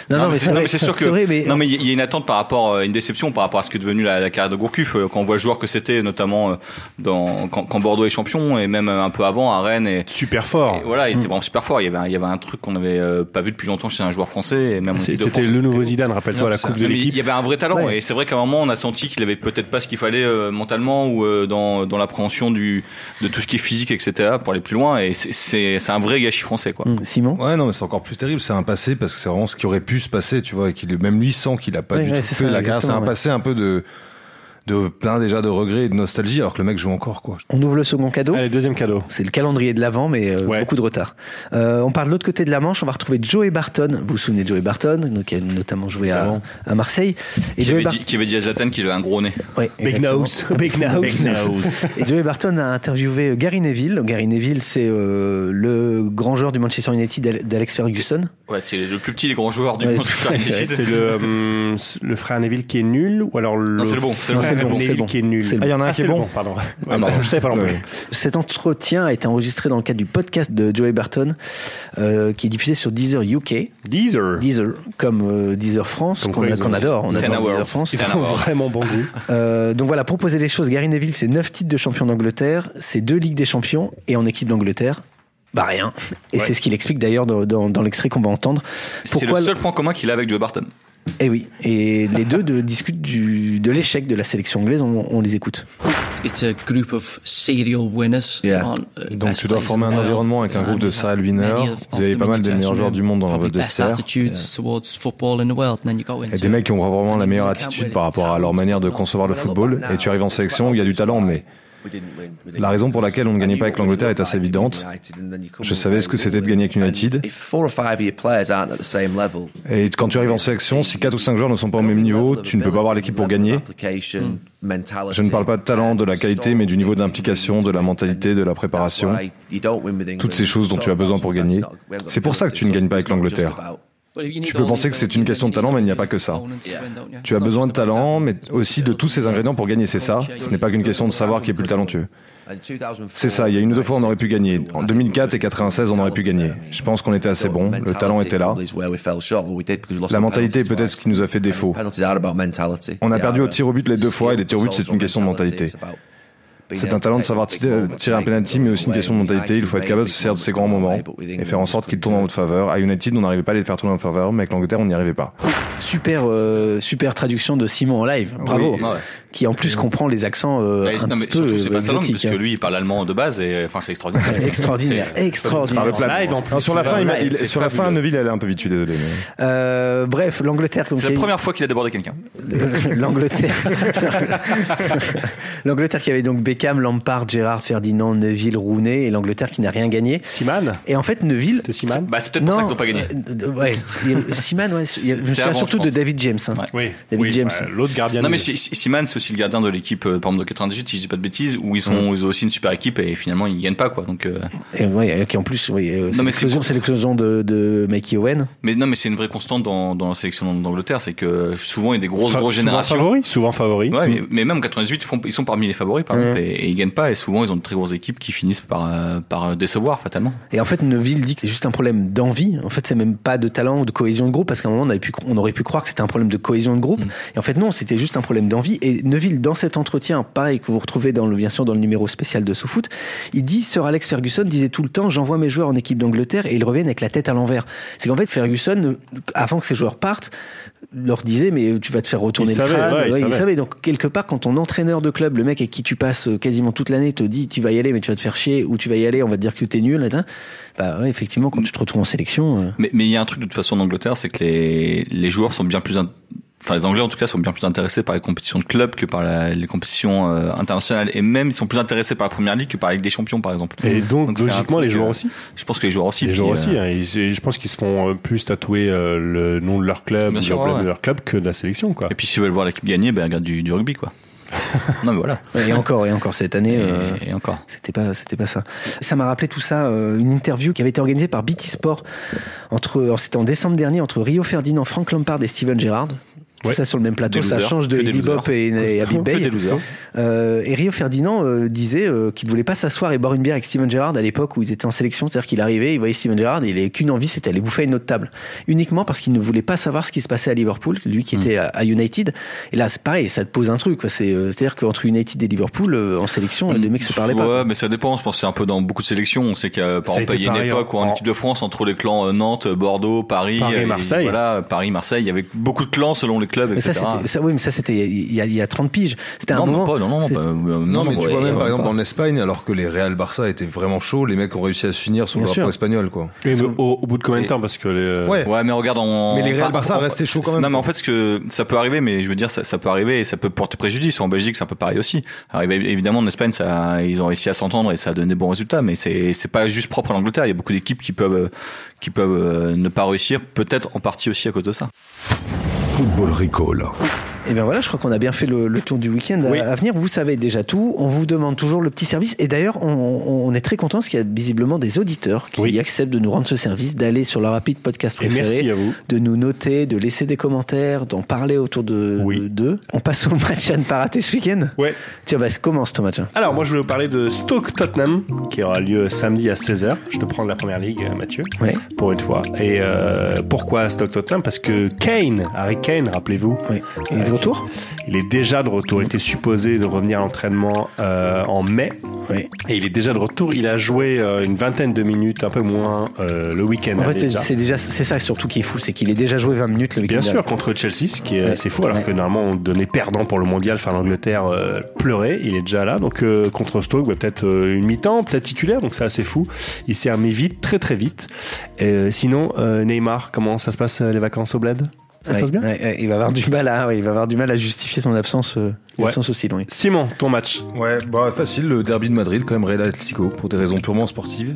Speaker 2: Non, non, mais c'est
Speaker 11: non,
Speaker 2: vrai.
Speaker 11: mais c'est sûr que
Speaker 2: C'est vrai, mais-
Speaker 11: non mais il y- il y a une attente par rapport euh, une déception par rapport à ce que est devenu la, la carrière de Gourcuff Euh, quand on voit le joueur que c'était notamment euh, dans quand, quand Bordeaux est champion et même euh, un peu avant à Rennes et
Speaker 3: super
Speaker 2: Ah.
Speaker 3: fort.
Speaker 11: voilà,
Speaker 2: Hmm.
Speaker 11: il était vraiment super fort. Il y avait un, il y avait un truc qu'on n'avait euh, pas vu depuis longtemps chez un joueur français et même en
Speaker 3: C'est-
Speaker 11: équipe de
Speaker 3: C'était
Speaker 11: France.
Speaker 3: le nouveau Zidane, rappelle-toi,
Speaker 11: Non,
Speaker 3: la
Speaker 11: c'est-
Speaker 3: Coupe de
Speaker 11: non, mais
Speaker 3: l'équipe.
Speaker 11: Il y avait un vrai talent
Speaker 3: Ouais.
Speaker 11: et c'est vrai qu'à un moment on a senti qu'il avait peut-être pas ce qu'il fallait euh, mentalement ou euh, dans, dans l'appréhension du de tout ce qui est physique etc pour aller plus loin et c'est- c'est c'est un vrai gâchis français quoi.
Speaker 2: euh, hmm, Simon
Speaker 9: Ouais, non, mais c'est encore plus terrible. C'est un passé parce que c'est vraiment ce qui aurait pu se passer, tu vois, et qu'il même lui sent qu'il a pas
Speaker 2: Ouais,
Speaker 9: du
Speaker 2: ouais,
Speaker 9: tout
Speaker 2: c'est
Speaker 9: fait
Speaker 2: ça,
Speaker 9: la carrière. C'est un
Speaker 2: exactement,
Speaker 9: passé un peu de, de plein déjà de regrets et de nostalgie, alors que le mec joue encore, quoi.
Speaker 2: On ouvre le second cadeau.
Speaker 3: Allez, deuxième cadeau.
Speaker 2: C'est le calendrier de l'avant, mais euh, beaucoup de retard. Euh, on part de l'autre côté de la Manche, on va retrouver Joey Barton. Vous vous souvenez de Joey Barton, donc, qui a notamment joué à, à Marseille. Et
Speaker 11: Qui
Speaker 2: Joey
Speaker 11: avait,
Speaker 2: Bar-
Speaker 11: dit, qui avait dit à Zlatan qu'il avait un gros nez.
Speaker 2: Ouais, exactement. Big nose. Et Joey Barton a interviewé Gary Neville. Gary Neville, c'est euh, le grand joueur du Manchester United d'Al- d'Alex Ferguson.
Speaker 11: Ouais, c'est le plus petit des grands joueurs du
Speaker 2: Ouais,
Speaker 11: monde.
Speaker 2: c'est vrai.
Speaker 3: C'est le, hum, le frère Neville qui est nul ou alors le,
Speaker 11: Non, c'est le bon, c'est le
Speaker 3: frère
Speaker 11: bon, c'est le bon,
Speaker 3: Neville
Speaker 11: c'est le bon.
Speaker 3: qui est nul.
Speaker 2: C'est le
Speaker 3: Ah, il y en
Speaker 2: bon.
Speaker 3: a un
Speaker 2: Ah,
Speaker 3: qui est
Speaker 2: c'est
Speaker 3: bon,
Speaker 2: le bon.
Speaker 3: pardon.
Speaker 2: Ah,
Speaker 3: Ouais,
Speaker 2: pardon.
Speaker 3: je savais pas non plus.
Speaker 2: Ouais. Cet entretien a été enregistré dans le cadre du podcast de Joey Barton, euh, qui est diffusé sur Deezer UK.
Speaker 3: Deezer.
Speaker 2: Deezer, comme euh, Deezer France,
Speaker 3: Comme
Speaker 2: qu'on
Speaker 3: quoi, ils
Speaker 2: qu'on
Speaker 3: ont-
Speaker 2: adore. On
Speaker 11: Ten
Speaker 2: adore Deezer
Speaker 11: hours.
Speaker 2: France.
Speaker 11: Ten hours.
Speaker 3: Vraiment bon goût.
Speaker 2: Euh, donc voilà, pour poser les choses, Gary Neville, c'est 9 titres de champion d'Angleterre, c'est deux Ligues des Champions, et en équipe d'Angleterre, bah rien. Et
Speaker 11: Ouais.
Speaker 2: c'est ce qu'il explique d'ailleurs dans, dans- dans l'extrait qu'on va entendre.
Speaker 11: C'est le seul point commun qu'il a avec Joe Barton.
Speaker 2: Eh oui, et les deux de- discutent du- de l'échec de la sélection anglaise, on- on les écoute.
Speaker 16: It's a group of serial winners. uh,
Speaker 9: Donc tu dois former un environnement avec un groupe de serial winners. Vous avez pas mal des meilleurs joueurs du monde dans votre vestiaire. Et des mecs qui ont vraiment la meilleure attitude par rapport à leur manière de concevoir le football. Et tu arrives en sélection, il y a du talent, mais la raison pour laquelle on ne gagnait pas avec l'Angleterre est assez évidente. Je savais ce que c'était de gagner avec United. Et quand tu arrives en sélection, si 4 ou 5 joueurs ne sont pas au même niveau, tu ne peux pas avoir l'équipe pour gagner. Je ne parle pas de talent, de la qualité, mais du niveau d'implication, de la mentalité, de la préparation. Toutes ces choses dont tu as besoin pour gagner. C'est pour ça que tu ne gagnes pas avec l'Angleterre. Tu peux penser que c'est une question de talent, mais il n'y a pas que ça. Tu as besoin de talent, mais aussi de tous ces ingrédients pour gagner, c'est ça. Ce n'est pas qu'une question de savoir qui est plus talentueux. C'est ça, il y a une ou deux fois on aurait pu gagner. En 2004 et 96 on aurait pu gagner. Je pense qu'on était assez bon, le talent était là. La mentalité est peut-être ce qui nous a fait défaut. On a perdu au tir au but les deux fois et les tirs au but c'est une question de mentalité. C'est un talent de savoir tirer tirer un penalty, mais aussi une question de mentalité. Il faut être capable de se servir de ces grands moments et faire en sorte qu'ils tournent en notre faveur. À United, on n'arrivait pas à les faire tourner en notre faveur, mais avec l'Angleterre, on n'y arrivait pas.
Speaker 2: Super, euh, super traduction de Simon en live, bravo.
Speaker 11: Oui. Ah ouais.
Speaker 2: Qui en plus comprend les accents euh,
Speaker 11: Et
Speaker 2: un
Speaker 11: non, mais
Speaker 2: petit peu
Speaker 11: surtout, c'est pas sa langue,
Speaker 2: exotiques. hein.
Speaker 11: parce
Speaker 9: hein.
Speaker 11: que lui, il parle allemand de base, et euh, enfin, c'est extraordinaire.
Speaker 2: Extraordinaire,
Speaker 11: C'est-
Speaker 2: extraordinaire.
Speaker 11: Par le plat.
Speaker 9: Non, sur la fin, il m'a- il- sur la fin,
Speaker 11: fabuleux.
Speaker 9: Neville, elle est un peu vite, je suis désolé. mais-
Speaker 2: Euh, bref, l'Angleterre. comme
Speaker 11: C'est la
Speaker 2: qui-
Speaker 11: première fois qu'il a débordé quelqu'un.
Speaker 2: L'Angleterre. L'Angleterre qui avait donc Beckham, Lampard, Gérard, Ferdinand, Neville, Rooney et l'Angleterre qui n'a rien gagné.
Speaker 3: Siman.
Speaker 2: Et en fait, Neville. C'était
Speaker 3: Siman.
Speaker 11: Bah, c'est peut-être pour ça qu'ils ont pas gagné.
Speaker 2: euh, ouais. Il- Seaman, ouais. il- Je me
Speaker 11: C'est
Speaker 2: souviens
Speaker 11: avant,
Speaker 2: surtout
Speaker 11: je
Speaker 2: de
Speaker 11: pense.
Speaker 2: David James. hein.
Speaker 3: Oui.
Speaker 2: David
Speaker 11: Oui,
Speaker 2: James.
Speaker 3: bah, L'autre gardien.
Speaker 11: Non,
Speaker 3: de-
Speaker 11: mais Si- Si- Siman, c'est aussi le gardien de l'équipe, euh, par exemple, de 98, si je dis pas de bêtises, où ils, sont,
Speaker 9: Mm.
Speaker 11: ils ont aussi une super équipe, et finalement, ils gagnent pas, quoi. Donc, euh,
Speaker 2: Et ouais, qui en plus, oui, euh, c'est
Speaker 11: mais
Speaker 2: l'explosion-
Speaker 11: c'est-
Speaker 2: c'est l'explosion de, de Mikey Owen.
Speaker 11: Mais non, mais c'est une vraie constante dans, dans la sélection d'Angleterre, c'est que souvent il y a des grosses
Speaker 3: Fa-
Speaker 11: grosses
Speaker 3: souvent
Speaker 11: générations.
Speaker 3: favoris, Souvent favoris.
Speaker 11: Ouais, mais, mais même en 98, ils, font- ils sont parmi les favoris, par
Speaker 2: Ouais.
Speaker 11: exemple, et, et ils gagnent pas, et souvent ils ont de très grosses équipes qui finissent par, euh, par euh, décevoir fatalement.
Speaker 2: Et en fait, Neville dit que c'est juste un problème d'envie. En fait, c'est même pas de talent ou de cohésion de groupe, parce qu'à un moment, on, avait pu, on aurait pu croire que c'était un problème de cohésion de groupe. Et en fait, non, c'était juste un problème d'envie. Et Neville, dans cet entretien, pareil, que vous retrouvez dans le, bien sûr dans le numéro spécial de SoFoot, il dit, Sir Alex Ferguson disait tout le temps, j'envoie mes joueurs en équipe d'Angleterre et ils reviennent avec la tête à l'envers. C'est qu'en fait, Ferguson, euh, avant que ses joueurs partent, leur disait, mais tu vas te faire retourner
Speaker 3: Il
Speaker 2: le
Speaker 3: savait,
Speaker 2: crâne.
Speaker 3: ouais, il
Speaker 2: il
Speaker 3: savait.
Speaker 2: savait. Et donc, quelque part, quand ton entraîneur de club, le mec avec qui tu passes euh, quasiment toute l'année, te dit tu vas y aller, mais tu vas te faire chier, ou tu vas y aller, on va te dire que t'es nul, etc. Bah ouais, effectivement, quand tu te retrouves en sélection. euh,
Speaker 11: Mais mais il y a un truc de toute façon en Angleterre, c'est que les, les joueurs sont bien plus, in- enfin les Anglais en tout cas sont bien plus intéressés par les compétitions de club que par la- les compétitions euh, internationales, et même ils sont plus intéressés par la Première Ligue que par la Ligue des Champions par exemple.
Speaker 3: Et donc,
Speaker 11: c'est un
Speaker 3: logiquement, les joueurs aussi
Speaker 11: Je pense que les joueurs aussi.
Speaker 3: Les
Speaker 11: puis,
Speaker 3: joueurs
Speaker 11: euh,
Speaker 3: aussi, hein, ils- je pense qu'ils se font euh, plus tatouer euh, le nom de leur club,
Speaker 11: Bien
Speaker 3: le
Speaker 11: sûr,
Speaker 3: emblème
Speaker 11: ouais.
Speaker 3: de leur club que de la sélection. Quoi.
Speaker 11: Et puis s'ils veulent voir l'équipe gagner, ben regarde du, du rugby quoi. non, mais voilà.
Speaker 2: euh, Et encore, et encore cette année.
Speaker 11: Et-
Speaker 2: euh,
Speaker 11: et encore.
Speaker 2: C'était pas, c'était pas ça. Ça m'a rappelé tout ça, euh, une interview qui avait été organisée par BT Sport entre, alors, c'était en décembre dernier entre Rio Ferdinand, Frank Lampard et Steven Gerrard. Tout ça sur le même plateau,
Speaker 11: Des
Speaker 2: ça
Speaker 11: losers.
Speaker 2: change de
Speaker 11: Que des
Speaker 2: Iggy Pop
Speaker 11: losers.
Speaker 2: et, et
Speaker 11: Que
Speaker 2: Habib
Speaker 11: des
Speaker 2: Bey.
Speaker 11: losers.
Speaker 2: Euh, et Rio Ferdinand euh, disait euh, qu'il ne voulait pas s'asseoir et boire une bière avec Steven Gerrard à l'époque où ils étaient en sélection, c'est-à-dire qu'il arrivait, il voyait Steven Gerrard, et il n'avait qu'une envie, c'était d'aller bouffer à une autre table, uniquement parce qu'il ne voulait pas savoir ce qui se passait à Liverpool, lui
Speaker 11: Mm.
Speaker 2: qui était à, à United. Et là, c'est pareil, ça te pose un truc, quoi. C'est, euh, c'est-à-dire qu'entre United et Liverpool, euh, en sélection, les mecs se parlaient pas.
Speaker 11: Mm. Ouais, mais ça dépend. Je pense que c'est un peu dans beaucoup de sélections. On sait qu'il y a, par
Speaker 2: Ça a été
Speaker 11: exemple, il y a une
Speaker 2: pareil
Speaker 11: époque où en
Speaker 2: en-
Speaker 11: équipe de France, entre les clans euh, Nantes, Bordeaux, Paris,
Speaker 2: Paris,
Speaker 11: euh, et
Speaker 2: Marseille.
Speaker 11: Voilà, Paris, Marseille. Il y avait beaucoup de clans selon les clubs,
Speaker 2: Mais ça,
Speaker 11: etc.
Speaker 2: c'était, ça, oui, mais ça, c'était il y a, il y a 30 piges. C'était un
Speaker 11: Non, non,
Speaker 2: moment.
Speaker 11: pas, non, non, non,
Speaker 2: c'est-
Speaker 11: pas, euh, non,
Speaker 9: Non, mais
Speaker 11: non,
Speaker 9: tu vois
Speaker 11: ouais,
Speaker 9: même par
Speaker 11: ouais,
Speaker 9: exemple
Speaker 11: pas.
Speaker 9: en Espagne, alors que les Real Barça étaient vraiment chauds, les mecs ont réussi à s'unir sur
Speaker 11: Bien
Speaker 9: le drapeau
Speaker 11: sûr.
Speaker 9: espagnol, quoi.
Speaker 3: Mais au, au bout de combien de
Speaker 11: Et-
Speaker 3: temps Parce que les...
Speaker 9: Ouais.
Speaker 11: mais regarde, on...
Speaker 9: Mais les Real
Speaker 11: enfin,
Speaker 9: Barça
Speaker 11: on-
Speaker 9: restaient chauds quand
Speaker 11: c'est-
Speaker 9: même.
Speaker 11: Non, mais en fait, ce que ça peut arriver, mais je veux dire, ça, ça peut arriver et ça peut porter préjudice. En Belgique, c'est un peu pareil aussi. Alors, évi- évidemment, en Espagne, ça, ils ont réussi à s'entendre et ça a donné des bons résultats, mais c'est, c'est pas juste propre à l'Angleterre. Il y a beaucoup d'équipes qui peuvent, euh, qui peuvent euh, ne pas réussir, peut-être en partie aussi à cause de ça.
Speaker 17: Football Recall.
Speaker 2: Et bien Eh ben voilà, je crois qu'on a bien fait le, le tour du week-end à- à, venir. Vous savez déjà tout. On vous demande toujours le petit service. Et d'ailleurs, on, on- on est très content parce qu'il y a visiblement des auditeurs qui acceptent de nous rendre ce service, d'aller sur leur rapide podcast
Speaker 3: Et
Speaker 2: préféré,
Speaker 3: merci à vous.
Speaker 2: de nous noter, de laisser des commentaires, d'en parler autour de de- d'eux. On passe au match à ne pas rater ce week-end.
Speaker 3: Ouais.
Speaker 2: Tiens, bah commence ton match. hein.
Speaker 3: Alors, moi, je voulais vous parler de Stoke Tottenham, qui aura lieu samedi à 16h. Je te prends de la première ligue, euh, Mathieu.
Speaker 2: Ouais.
Speaker 3: Pour une fois. Et euh, pourquoi Stoke Tottenham Parce que Kane, Harry Kane, rappelez-vous.
Speaker 2: Il est de retour
Speaker 3: Il est déjà de retour. Il était supposé de revenir à l'entraînement euh, en mai. Et il est déjà de retour. Il a joué euh, une vingtaine de minutes, un peu moins, euh, le week-end.
Speaker 2: En fait, c'est
Speaker 3: dernier,
Speaker 2: c'est déjà c'est ça surtout qui est fou, c'est qu'il est déjà joué 20 minutes le week-end.
Speaker 3: Bien sûr,
Speaker 2: dernier.
Speaker 3: contre Chelsea, ce qui est
Speaker 2: Ouais.
Speaker 3: assez fou, alors
Speaker 2: Ouais.
Speaker 3: que normalement on donnait perdant pour le mondial, enfin l'Angleterre euh, pleurait, il est déjà là. Donc euh, contre Stoke, ouais, peut-être euh, une mi-temps, peut-être titulaire, donc c'est assez fou. Il s'est remis vite, très très vite. Euh, sinon, euh, Neymar, comment ça se passe euh, les vacances au bled Ça se
Speaker 2: Ouais,
Speaker 3: passe bien
Speaker 2: ouais, ouais, il va avoir du mal à, ouais, il va avoir du mal à justifier son absence, euh, l'absence aussi longue.
Speaker 3: Simon, ton match
Speaker 9: Ouais, bah facile, le derby de Madrid, quand même Real Atlético, pour des raisons purement sportives.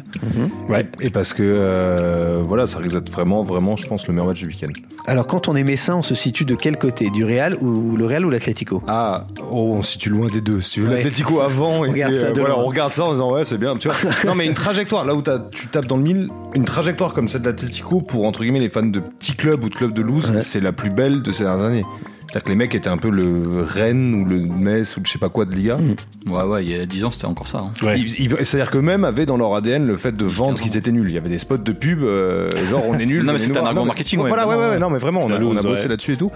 Speaker 3: Ouais.
Speaker 9: Et parce que, euh, voilà, ça risque d'être vraiment, vraiment, je pense, le meilleur match du week-end.
Speaker 2: Alors, quand on est messin, on se situe de quel côté Du Real ou le Real ou l'Atlético
Speaker 9: Ah, oh, on se situe loin des deux. Si tu veux,
Speaker 2: Ouais.
Speaker 9: l'Atlético avant,
Speaker 2: On
Speaker 9: était,
Speaker 2: regarde ça
Speaker 9: euh,
Speaker 2: de
Speaker 9: voilà,
Speaker 2: loin.
Speaker 9: on regarde ça en disant ouais, c'est bien. Tu vois. non, mais une trajectoire là où t'as- tu tapes dans le mille, une trajectoire comme celle de l'Atlético pour entre guillemets les fans de petits clubs ou de clubs de loose, c'est la plus belle de ces dernières années. C'est-à-dire que les mecs étaient un peu le Rennes ou le Metz ou le je sais pas quoi de Liga.
Speaker 11: Ouais, ouais, il y a 10 ans, c'était encore ça. hein.
Speaker 9: Ils- ils- C'est-à-dire qu'eux-mêmes avaient dans leur ADN le fait de vendre qu'ils étaient nuls. Il y avait des spots de pub, euh, genre on est nuls.
Speaker 11: Non, mais
Speaker 9: on est
Speaker 11: c'était un
Speaker 9: noirs.
Speaker 11: argument
Speaker 9: Non, mais-
Speaker 11: marketing,
Speaker 9: Oh,
Speaker 11: ouais,
Speaker 9: voilà, ouais,
Speaker 11: vraiment,
Speaker 9: ouais,
Speaker 11: ouais.
Speaker 9: non, mais vraiment, on
Speaker 11: La
Speaker 9: a, on a
Speaker 11: loose,
Speaker 9: bossé
Speaker 11: ouais.
Speaker 9: là-dessus et tout.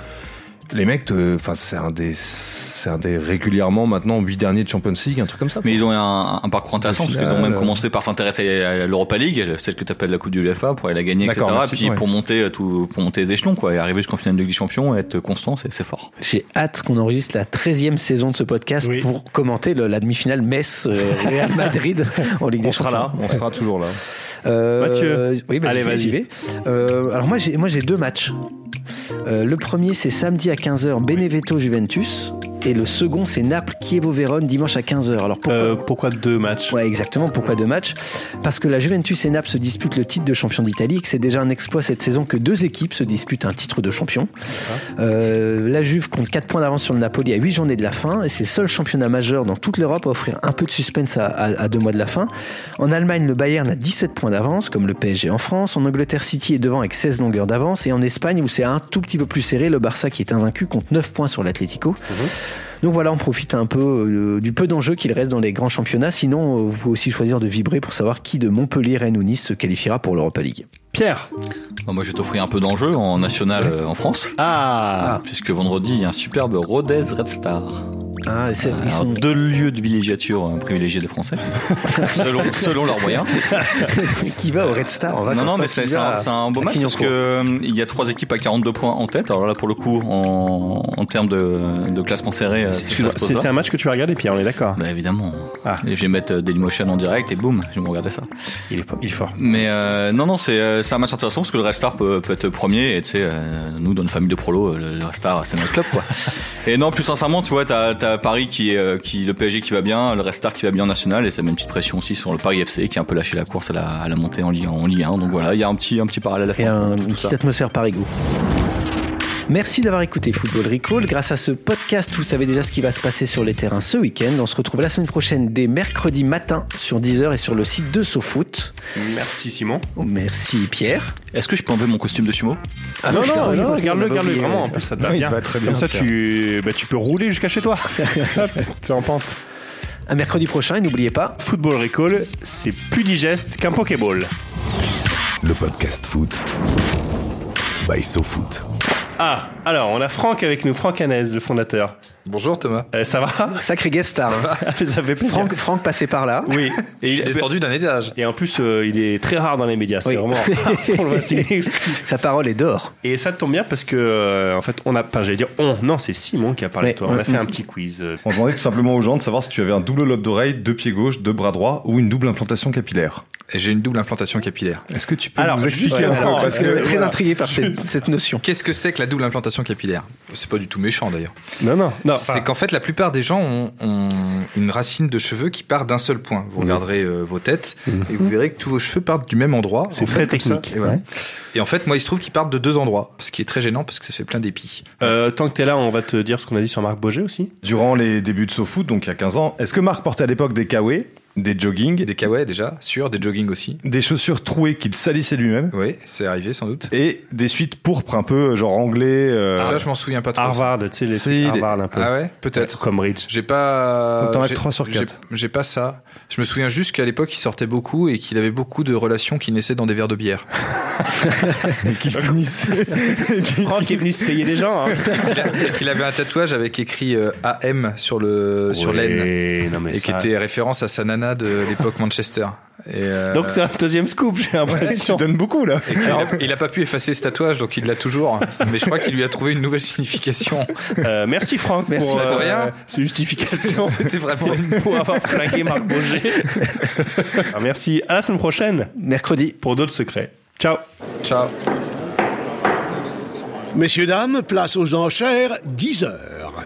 Speaker 9: Les mecs, te- enfin, c'est un des, c'est un des régulièrement maintenant huit derniers de Champions League, un truc comme ça.
Speaker 11: Mais ils ont un, un parcours intéressant parce qu'ils ont
Speaker 9: finale,
Speaker 11: même
Speaker 9: euh,
Speaker 11: commencé par s'intéresser à l'Europa League, celle que tu appelles la Coupe de l'UEFA, pour aller la gagner, etc.
Speaker 9: D'accord, merci,
Speaker 11: puis
Speaker 9: ouais.
Speaker 11: pour monter euh, tout, pour monter les échelons, quoi, et arriver jusqu'en finale de Ligue des Champions, et être constant, c'est c'est fort.
Speaker 2: J'ai hâte qu'on enregistre la 13e saison de ce podcast pour commenter le- la demi-finale Metz-Real Madrid en Ligue des
Speaker 9: On sera
Speaker 2: Champions.
Speaker 9: là, on sera toujours là.
Speaker 2: Euh,
Speaker 9: Mathieu.
Speaker 2: oui, bah,
Speaker 9: Allez,
Speaker 2: j'y vais,
Speaker 9: vas-y.
Speaker 2: j'y vais. Euh, alors moi j'ai moi j'ai deux matchs. Euh, le premier c'est samedi à 15h Benevento Juventus et le second c'est Naples Chievo Vérone dimanche à 15h. Alors pourquoi,
Speaker 3: Euh, deux matchs
Speaker 2: Ouais exactement pourquoi deux matchs Parce que la Juventus et Naples se disputent le titre de champion d'Italie et que c'est déjà un exploit cette saison que deux équipes se disputent un titre de champion. Euh, la Juve compte 4 points d'avance sur le Napoli à 8 journées de la fin et c'est le seul championnat majeur dans toute l'Europe à offrir un peu de suspense à, à- à deux mois de la fin. En Allemagne, le Bayern a 17 points d'avance comme le PSG en France. En Angleterre, City est devant avec 16 longueurs d'avance et en Espagne où c'est un tout petit peu plus serré, le Barça qui est invaincu compte 9 points sur l'Atlético. Donc voilà, on profite un peu euh, du peu d'enjeux qu'il reste dans les grands championnats. Sinon, euh, vous pouvez aussi choisir de vibrer pour savoir qui de Montpellier, Rennes ou Nice se qualifiera pour l'Europa League.
Speaker 3: Pierre
Speaker 11: Bon, moi, je vais t'offrir un peu d'enjeu en national euh, en France.
Speaker 3: Ah,
Speaker 11: Puisque vendredi, il y a un superbe Rodez Red Star.
Speaker 2: Ah, c'est- ils
Speaker 11: Alors,
Speaker 2: sont-
Speaker 11: Deux lieux de villégiature euh, privilégiés des Français, selon, selon leurs moyens.
Speaker 2: qui va au Red Star en
Speaker 11: Non,
Speaker 2: vacances,
Speaker 11: non, mais
Speaker 2: toi,
Speaker 11: c'est
Speaker 2: qui
Speaker 11: c'est
Speaker 2: vas
Speaker 11: un,
Speaker 2: à-
Speaker 11: c'est un beau
Speaker 2: à
Speaker 11: match parce que
Speaker 2: Clignancourt.
Speaker 11: euh, il y a trois équipes à 42 points en tête. Alors là, pour le coup, en, en termes de, de classement serré, euh, c'est
Speaker 3: Excuse-moi,
Speaker 11: ça se pose
Speaker 3: c'est
Speaker 11: là.
Speaker 3: c'est un match que tu vas regarder, Pierre, on est d'accord
Speaker 11: Bah, évidemment. Et je vais mettre euh, Dailymotion en direct et boum, je vais me regarder ça.
Speaker 3: Il est, il est fort.
Speaker 11: Mais euh, non, non, c'est euh, c'est un match intéressant parce que le Red Star peut, peut être premier et tu sais, euh, nous, dans une famille de prolos, euh, le, le Red Star, c'est notre club quoi. et non, plus sincèrement, tu vois, t'as as Paris qui, est, euh, qui, le PSG qui va bien, le Red Star qui va bien en national et ça met une petite pression aussi sur le Paris FC qui a un peu lâché la course à la, à la montée en Ligue, en Ligue 1. Donc voilà, il y a un petit, un petit parallèle à
Speaker 2: Et
Speaker 11: faire.
Speaker 2: un-
Speaker 11: entre
Speaker 2: une
Speaker 11: tout ça.
Speaker 2: petite atmosphère Parigo. Merci d'avoir écouté Football Recall. Grâce à ce podcast, vous savez déjà ce qui va se passer sur les terrains ce week-end. On se retrouve la semaine prochaine dès mercredi matin sur 10h et sur le site de SoFoot. Oh,
Speaker 3: Merci Simon.
Speaker 2: Merci Pierre.
Speaker 12: Est-ce que je peux enlever mon costume de sumo
Speaker 3: Ah non, non, non, garde-le,
Speaker 2: on l'a
Speaker 3: garde-le.
Speaker 2: oublié,
Speaker 3: Vraiment,
Speaker 2: ouais.
Speaker 3: en plus, ça te
Speaker 2: Non,
Speaker 3: va
Speaker 2: il
Speaker 3: bien.
Speaker 2: te va très bien,
Speaker 3: Comme ça,
Speaker 2: Pierre.
Speaker 3: tu, bah, tu peux rouler jusqu'à chez toi. Hop, T'es en pente.
Speaker 2: À mercredi prochain et n'oubliez pas,
Speaker 3: Football Recall, c'est plus digeste qu'un Pokéball.
Speaker 5: Le podcast foot by SoFoot.
Speaker 3: Ah, alors, on a Franck avec nous, Franck Hanez, le fondateur. Eh,
Speaker 18: Bonjour Thomas.
Speaker 3: ça va
Speaker 2: Sacré guest star. hein.
Speaker 3: Ça, fait plaisir.
Speaker 2: Franck, Franck passait par là.
Speaker 3: Oui, et il est
Speaker 18: descendu d'un étage.
Speaker 3: Et en plus, euh, il est très rare dans les médias.
Speaker 2: Oui.
Speaker 3: C'est vraiment. on le voit,
Speaker 2: Sa parole est d'or.
Speaker 3: Et ça tombe bien parce que, euh, en fait, on a. Enfin, j'allais dire on. Non, c'est Simon qui a parlé de toi. On a fait
Speaker 2: Mm.
Speaker 3: un petit quiz. euh,
Speaker 11: On demandait tout simplement aux gens de savoir si tu avais un double lobe d'oreille, deux pieds gauche, deux bras droits ou une double implantation capillaire.
Speaker 18: J'ai une double implantation capillaire.
Speaker 11: Est-ce que tu peux
Speaker 18: Alors,
Speaker 11: nous expliquer
Speaker 18: juste,
Speaker 11: un peu
Speaker 18: alors,
Speaker 11: parce
Speaker 18: euh,
Speaker 11: que
Speaker 18: très Voilà.
Speaker 2: Intrigué par cette, cette notion.
Speaker 18: Qu'est-ce que c'est que la double implantation capillaire C'est pas du tout méchant d'ailleurs.
Speaker 3: Non, non. non enfin,
Speaker 18: C'est qu'en fait, la plupart des gens ont, ont une racine de cheveux qui part d'un seul point. Vous regarderez euh, vos têtes et vous verrez que tous vos cheveux partent du même endroit.
Speaker 3: Mm-hmm. C'est
Speaker 18: En fait,
Speaker 3: très
Speaker 18: comme ça.
Speaker 3: technique.
Speaker 18: Et, voilà.
Speaker 3: Ouais.
Speaker 18: Et en fait, moi, il se trouve qu'ils partent de deux endroits, ce qui est très gênant parce que ça fait plein d'épis.
Speaker 3: euh, tant que t'es là, on va te dire ce qu'on a dit sur Marc Boger aussi.
Speaker 11: Durant les débuts de SoFoot, donc il y a 15 ans, est-ce que Marc portait à l'époque des kawé, des jogging,
Speaker 18: Des kawaii déjà, sûr, des jogging aussi.
Speaker 11: des chaussures trouées qu'il salissait lui-même
Speaker 18: Oui, c'est arrivé sans doute.
Speaker 11: et des suites pourpres un peu euh, genre anglais euh,
Speaker 18: Ça, je m'en souviens pas trop.
Speaker 3: Harvard, tu sais, les
Speaker 11: Si, les-
Speaker 3: trucs Harvard un peu.
Speaker 18: Ah ouais, peut-être.
Speaker 3: Cambridge.
Speaker 18: J'ai pas.
Speaker 11: T'en as que
Speaker 18: j'ai-
Speaker 11: trois sur
Speaker 18: j'ai-
Speaker 11: quatre.
Speaker 18: J'ai pas ça. Je me souviens juste qu'à l'époque, il sortait beaucoup et qu'il avait beaucoup de relations qui naissaient dans des verres de bière.
Speaker 11: qui finissait.
Speaker 3: Franck est venu se payer les gens. Hein.
Speaker 18: et qu'il avait un tatouage avec écrit euh, AM sur le sur
Speaker 3: Ouais,
Speaker 18: l'aine
Speaker 3: non, mais
Speaker 18: et qui
Speaker 3: ça-
Speaker 18: était référence à sa nana de l'époque Manchester. Et, euh,
Speaker 3: Donc c'est un deuxième scoop, j'ai l'impression.
Speaker 11: donnes beaucoup là.
Speaker 18: et qu'il a- il a pas pu effacer ce tatouage, donc il l'a toujours. Mais je crois qu'il lui a trouvé une nouvelle signification.
Speaker 3: Euh, merci Franck
Speaker 18: Merci
Speaker 3: pour
Speaker 18: de
Speaker 3: euh,
Speaker 18: rien.
Speaker 3: ces justifications.
Speaker 18: C'était vraiment une
Speaker 3: pour avoir flingué Marc Boger. Alors, merci. À la semaine prochaine
Speaker 2: Mercredi.
Speaker 3: pour d'autres secrets. Ciao.
Speaker 18: Ciao.
Speaker 9: Messieurs, dames, place aux enchères, 10 heures.